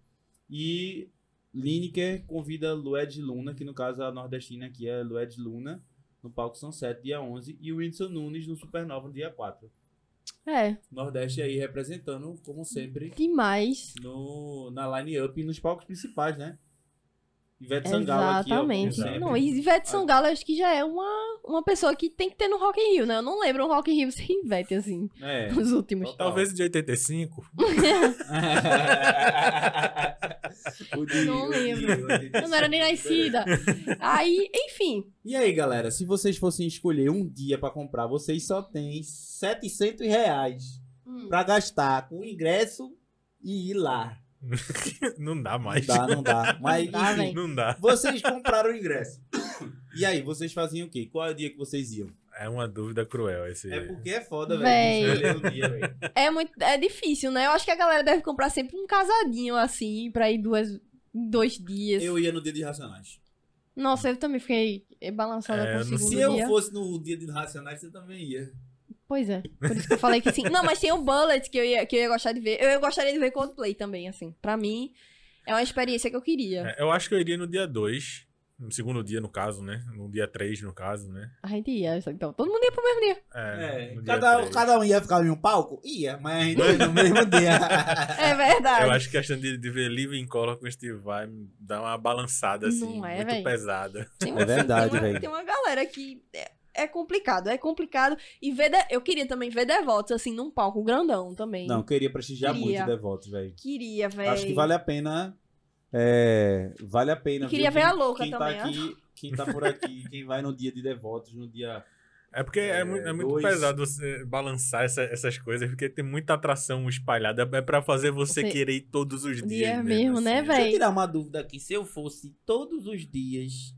[SPEAKER 8] E Lineker convida Lued Luna, que no caso a nordestina aqui é Lued Luna, no palco Sunset dia 11. E Whindersson Nunes no Supernova no dia 4.
[SPEAKER 1] É,
[SPEAKER 8] Nordeste aí representando, como sempre,
[SPEAKER 1] demais.
[SPEAKER 8] no, na line-up e nos palcos principais, né? Ivete Sangalo aqui, ó, como
[SPEAKER 1] Exatamente.
[SPEAKER 8] sempre.
[SPEAKER 1] não, e Ivete Sangalo acho que já é uma, uma pessoa que tem que ter no Rock in Rio, né? Eu não lembro um Rock in Rio sem Ivete, assim,
[SPEAKER 8] É.
[SPEAKER 1] nos últimos.
[SPEAKER 8] Total.
[SPEAKER 2] Talvez o de 85.
[SPEAKER 3] O de-
[SPEAKER 1] Não
[SPEAKER 3] o de-
[SPEAKER 1] lembro.
[SPEAKER 3] o de-
[SPEAKER 1] Eu não era nem nascida. Aí, enfim.
[SPEAKER 3] E aí, galera, se vocês fossem escolher um dia pra comprar, vocês só têm 700 reais
[SPEAKER 1] Hum.
[SPEAKER 3] pra gastar com o ingresso e ir lá.
[SPEAKER 2] Não dá
[SPEAKER 3] Não
[SPEAKER 2] mais.
[SPEAKER 3] dá, não dá. Mas,
[SPEAKER 1] Não dá,
[SPEAKER 3] enfim,
[SPEAKER 1] véi.
[SPEAKER 2] Não dá.
[SPEAKER 3] vocês compraram o ingresso. E aí, vocês faziam o quê? Qual é o dia que vocês iam?
[SPEAKER 2] É uma dúvida cruel esse.
[SPEAKER 8] É porque é foda,
[SPEAKER 1] Véi.
[SPEAKER 8] velho. escolher o dia, velho.
[SPEAKER 1] É muito. É difícil, né? Eu acho que a galera deve comprar sempre um casadinho, assim, pra ir duas, dois dias.
[SPEAKER 3] Eu ia no dia de Racionais.
[SPEAKER 1] Nossa, eu também fiquei balançada
[SPEAKER 2] É,
[SPEAKER 1] com o
[SPEAKER 2] eu não-
[SPEAKER 1] segundo
[SPEAKER 3] Se eu
[SPEAKER 1] dia.
[SPEAKER 3] fosse no dia de Racionais, você também ia.
[SPEAKER 1] Pois é, por isso que eu falei que sim. Não, mas tem o Bullet que eu ia, que eu ia gostar de ver. Eu gostaria de ver Coldplay também, assim. Pra mim, é uma experiência que eu queria.
[SPEAKER 2] É, eu acho que eu iria no dia 2. No segundo dia, no caso, né? No dia 3, no caso, né?
[SPEAKER 1] A gente ia, então. Todo mundo ia pro mesmo dia.
[SPEAKER 2] É.
[SPEAKER 3] É,
[SPEAKER 2] no dia
[SPEAKER 3] cada,
[SPEAKER 2] três.
[SPEAKER 3] cada um ia ficar em um palco? Ia, mas a gente ia no mesmo dia.
[SPEAKER 1] É
[SPEAKER 3] um.
[SPEAKER 1] verdade.
[SPEAKER 2] Eu acho que a chance de, de ver Living Color com Steve Vai me dá uma balançada, assim,
[SPEAKER 1] Não é,
[SPEAKER 2] muito
[SPEAKER 1] véi?
[SPEAKER 2] pesada.
[SPEAKER 1] Tem
[SPEAKER 3] É verdade,
[SPEAKER 1] tem uma-
[SPEAKER 3] velho.
[SPEAKER 1] Tem uma galera que é, é complicado, é complicado. E ver de- eu queria também ver devotos, assim, num palco grandão também.
[SPEAKER 3] Não, queria prestigiar
[SPEAKER 1] Queria.
[SPEAKER 3] muito o Devotos, velho.
[SPEAKER 1] Queria, velho.
[SPEAKER 3] Acho que vale a pena. é, vale a pena.
[SPEAKER 1] E queria
[SPEAKER 3] viu?
[SPEAKER 1] ver a
[SPEAKER 3] Quem-
[SPEAKER 1] louca
[SPEAKER 3] quem
[SPEAKER 1] também,
[SPEAKER 3] Tá aqui, quem tá por aqui, quem vai no dia de Devotos, no dia.
[SPEAKER 2] É porque é,
[SPEAKER 3] É,
[SPEAKER 2] muito, é muito
[SPEAKER 3] dois.
[SPEAKER 2] pesado você balançar essa- essas coisas, porque tem muita atração espalhada. É pra fazer você,
[SPEAKER 1] Você-
[SPEAKER 2] querer ir todos os dias.
[SPEAKER 1] Dia mesmo, né,
[SPEAKER 2] assim.
[SPEAKER 3] Deixa eu
[SPEAKER 1] velho?
[SPEAKER 3] tirar uma dúvida aqui. Se eu fosse todos os dias.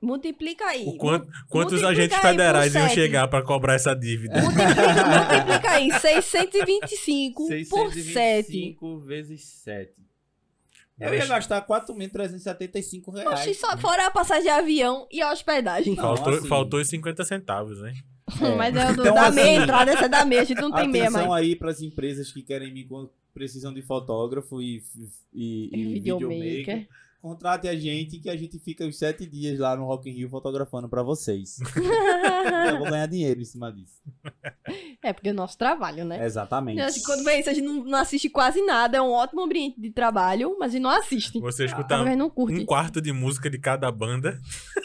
[SPEAKER 1] Multiplica aí.
[SPEAKER 2] O quanto, quantos
[SPEAKER 1] multiplica
[SPEAKER 2] agentes
[SPEAKER 1] aí por
[SPEAKER 2] federais iam
[SPEAKER 1] sete.
[SPEAKER 2] chegar pra cobrar essa dívida?
[SPEAKER 1] Multiplica, multiplica aí. 625 por 7.
[SPEAKER 8] 625 vezes 7.
[SPEAKER 3] É. Eu ia gastar 4.375 reais.
[SPEAKER 1] Oxi, só fora a passagem de avião e a hospedagem.
[SPEAKER 3] Não,
[SPEAKER 2] Faltou,
[SPEAKER 3] assim-
[SPEAKER 2] faltou os 50 centavos, né? hein?
[SPEAKER 3] É.
[SPEAKER 1] Mas é do,
[SPEAKER 3] Então,
[SPEAKER 1] da
[SPEAKER 3] assim,
[SPEAKER 1] meia entrada, essa é da meia, a gente não tem meia
[SPEAKER 3] Atenção
[SPEAKER 1] mais.
[SPEAKER 3] aí para as empresas que querem me con- precisam de fotógrafo e, e, e videomaker.
[SPEAKER 1] Videomaker.
[SPEAKER 3] Contrate a gente que a gente fica os sete dias lá no Rock in Rio fotografando pra vocês. Então, Eu vou ganhar dinheiro em cima disso.
[SPEAKER 1] é porque é o nosso trabalho, né?
[SPEAKER 3] Exatamente.
[SPEAKER 1] Eu acho que Quando vem isso, a gente não, não assiste quase nada. É um ótimo ambiente de trabalho, mas a gente não assiste.
[SPEAKER 2] Você escutar
[SPEAKER 1] Talvez não curte.
[SPEAKER 2] um quarto de música de cada banda.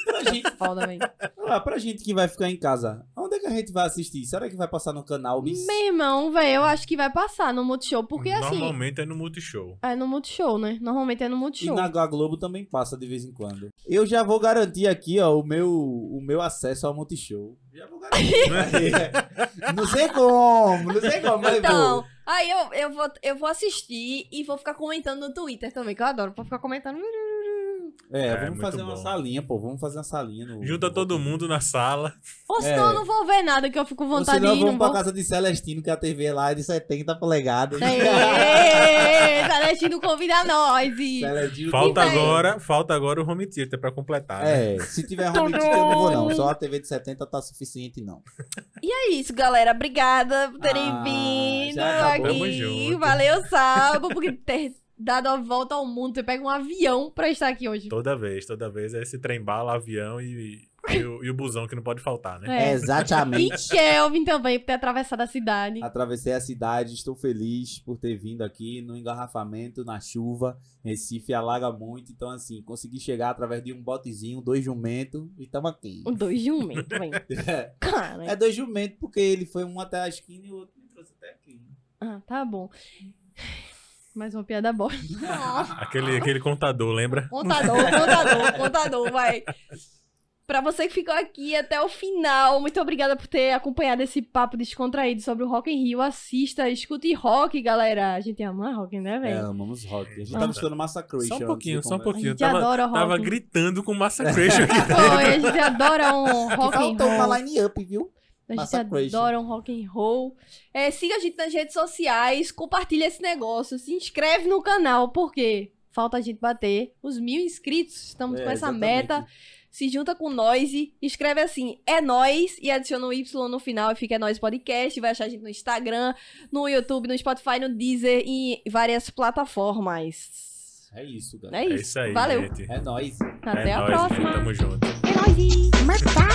[SPEAKER 3] Pra gente,
[SPEAKER 1] Foda, véi.
[SPEAKER 3] ah, pra gente que vai ficar em casa, onde é que a gente vai assistir? Será que vai passar no canal? Miss?
[SPEAKER 1] Meu irmão, velho, eu acho que vai passar no Multishow, porque assim.
[SPEAKER 2] Normalmente é no Multishow.
[SPEAKER 1] É no Multishow, né? Normalmente é no
[SPEAKER 3] E
[SPEAKER 1] Multishow.
[SPEAKER 3] na Gla Globo também passa de vez em quando. Eu já vou garantir aqui, ó, o meu, o meu acesso ao Multishow. Já vou
[SPEAKER 2] né?
[SPEAKER 3] garantir. não sei como, não sei como, mas vou.
[SPEAKER 1] Então, aí eu, eu, vou, eu vou assistir e vou ficar comentando no Twitter também, que eu adoro. Vou ficar comentando.
[SPEAKER 3] É,
[SPEAKER 2] É,
[SPEAKER 3] vamos
[SPEAKER 2] muito
[SPEAKER 3] fazer uma
[SPEAKER 2] bom.
[SPEAKER 3] salinha, pô. Vamos fazer uma salinha no.
[SPEAKER 2] Junta
[SPEAKER 3] no-
[SPEAKER 2] todo mundo na sala.
[SPEAKER 1] Ou senão
[SPEAKER 3] É.
[SPEAKER 1] eu não vou ver nada, que eu fico com
[SPEAKER 3] Ou
[SPEAKER 1] vontade de
[SPEAKER 3] senão
[SPEAKER 1] ir.
[SPEAKER 3] vamos
[SPEAKER 1] Não
[SPEAKER 3] pra
[SPEAKER 1] vou...
[SPEAKER 3] casa de Celestino, que a TV lá é de 70 polegadas.
[SPEAKER 1] É. Ei, tá Celestino convida nós. E...
[SPEAKER 3] Celestino.
[SPEAKER 2] Falta
[SPEAKER 1] velho.
[SPEAKER 2] agora, falta agora o home theater pra completar. né?
[SPEAKER 3] É, se tiver home theater, eu não vou não. Só a TV de 70 tá suficiente, não.
[SPEAKER 1] E é isso, galera. Obrigada por terem
[SPEAKER 3] Ah,
[SPEAKER 1] vindo
[SPEAKER 3] já
[SPEAKER 1] aqui.
[SPEAKER 3] acabou.
[SPEAKER 2] Tamo junto.
[SPEAKER 1] Valeu, Salvo, por ter dado a volta ao mundo. Você pega um avião pra estar aqui hoje.
[SPEAKER 2] Toda vez, toda vez é esse trem bala, avião e, e, o, e o busão que não pode faltar, né?
[SPEAKER 1] É. E
[SPEAKER 3] Exatamente.
[SPEAKER 1] Kelvin também, por ter atravessado a cidade.
[SPEAKER 3] Atravessei a cidade, estou feliz por ter vindo aqui no engarrafamento, na chuva. Recife alaga muito, então assim, consegui chegar através de um botezinho, dois jumento e tamo aqui.
[SPEAKER 1] Um dois jumento, vem. Cara.
[SPEAKER 3] É dois jumento porque ele foi um até a esquina e o outro me trouxe até aqui.
[SPEAKER 1] Ah, tá bom. Mais uma piada bosta.
[SPEAKER 2] Aquele, aquele contador, lembra?
[SPEAKER 1] Contador, contador, contador, vai. Pra você que ficou aqui até o final, muito obrigada por ter acompanhado esse papo descontraído sobre o Rock in Rio. Assista, escute rock, galera. A gente ama rock, né,
[SPEAKER 3] É,
[SPEAKER 1] velho?
[SPEAKER 3] amamos rock. A gente tá
[SPEAKER 2] Nossa.
[SPEAKER 3] tava escutando Massacration.
[SPEAKER 2] Só um
[SPEAKER 3] antes de é.
[SPEAKER 2] pouquinho, só um
[SPEAKER 3] começar.
[SPEAKER 1] A
[SPEAKER 2] pouquinho.
[SPEAKER 1] gente
[SPEAKER 2] Tava,
[SPEAKER 1] adora rock.
[SPEAKER 2] tava gritando com Massacration aqui.
[SPEAKER 1] Foi, a gente adora um rock and
[SPEAKER 3] Faltou uma
[SPEAKER 1] roll.
[SPEAKER 3] line up, viu?
[SPEAKER 1] A gente
[SPEAKER 3] Massacration.
[SPEAKER 1] adora um rock and roll. É, siga a gente nas redes sociais, compartilha esse negócio, se inscreve no canal, porque falta a gente bater os mil inscritos. Estamos
[SPEAKER 3] É,
[SPEAKER 1] com essa
[SPEAKER 3] exatamente.
[SPEAKER 1] meta. Se junta com nós e escreve assim, é nós e adiciona um Y no final e fica é nós podcast. Vai achar a gente no Instagram, no YouTube, no Spotify, no Deezer e em várias plataformas.
[SPEAKER 3] É isso, galera.
[SPEAKER 1] É
[SPEAKER 2] É
[SPEAKER 1] isso.
[SPEAKER 2] isso aí,
[SPEAKER 1] Valeu.
[SPEAKER 2] gente.
[SPEAKER 3] É nóis.
[SPEAKER 1] Até
[SPEAKER 2] é
[SPEAKER 1] a É
[SPEAKER 2] nóis,
[SPEAKER 1] próxima.
[SPEAKER 2] Gente. Tamo junto.
[SPEAKER 1] É nóis.
[SPEAKER 10] Matar!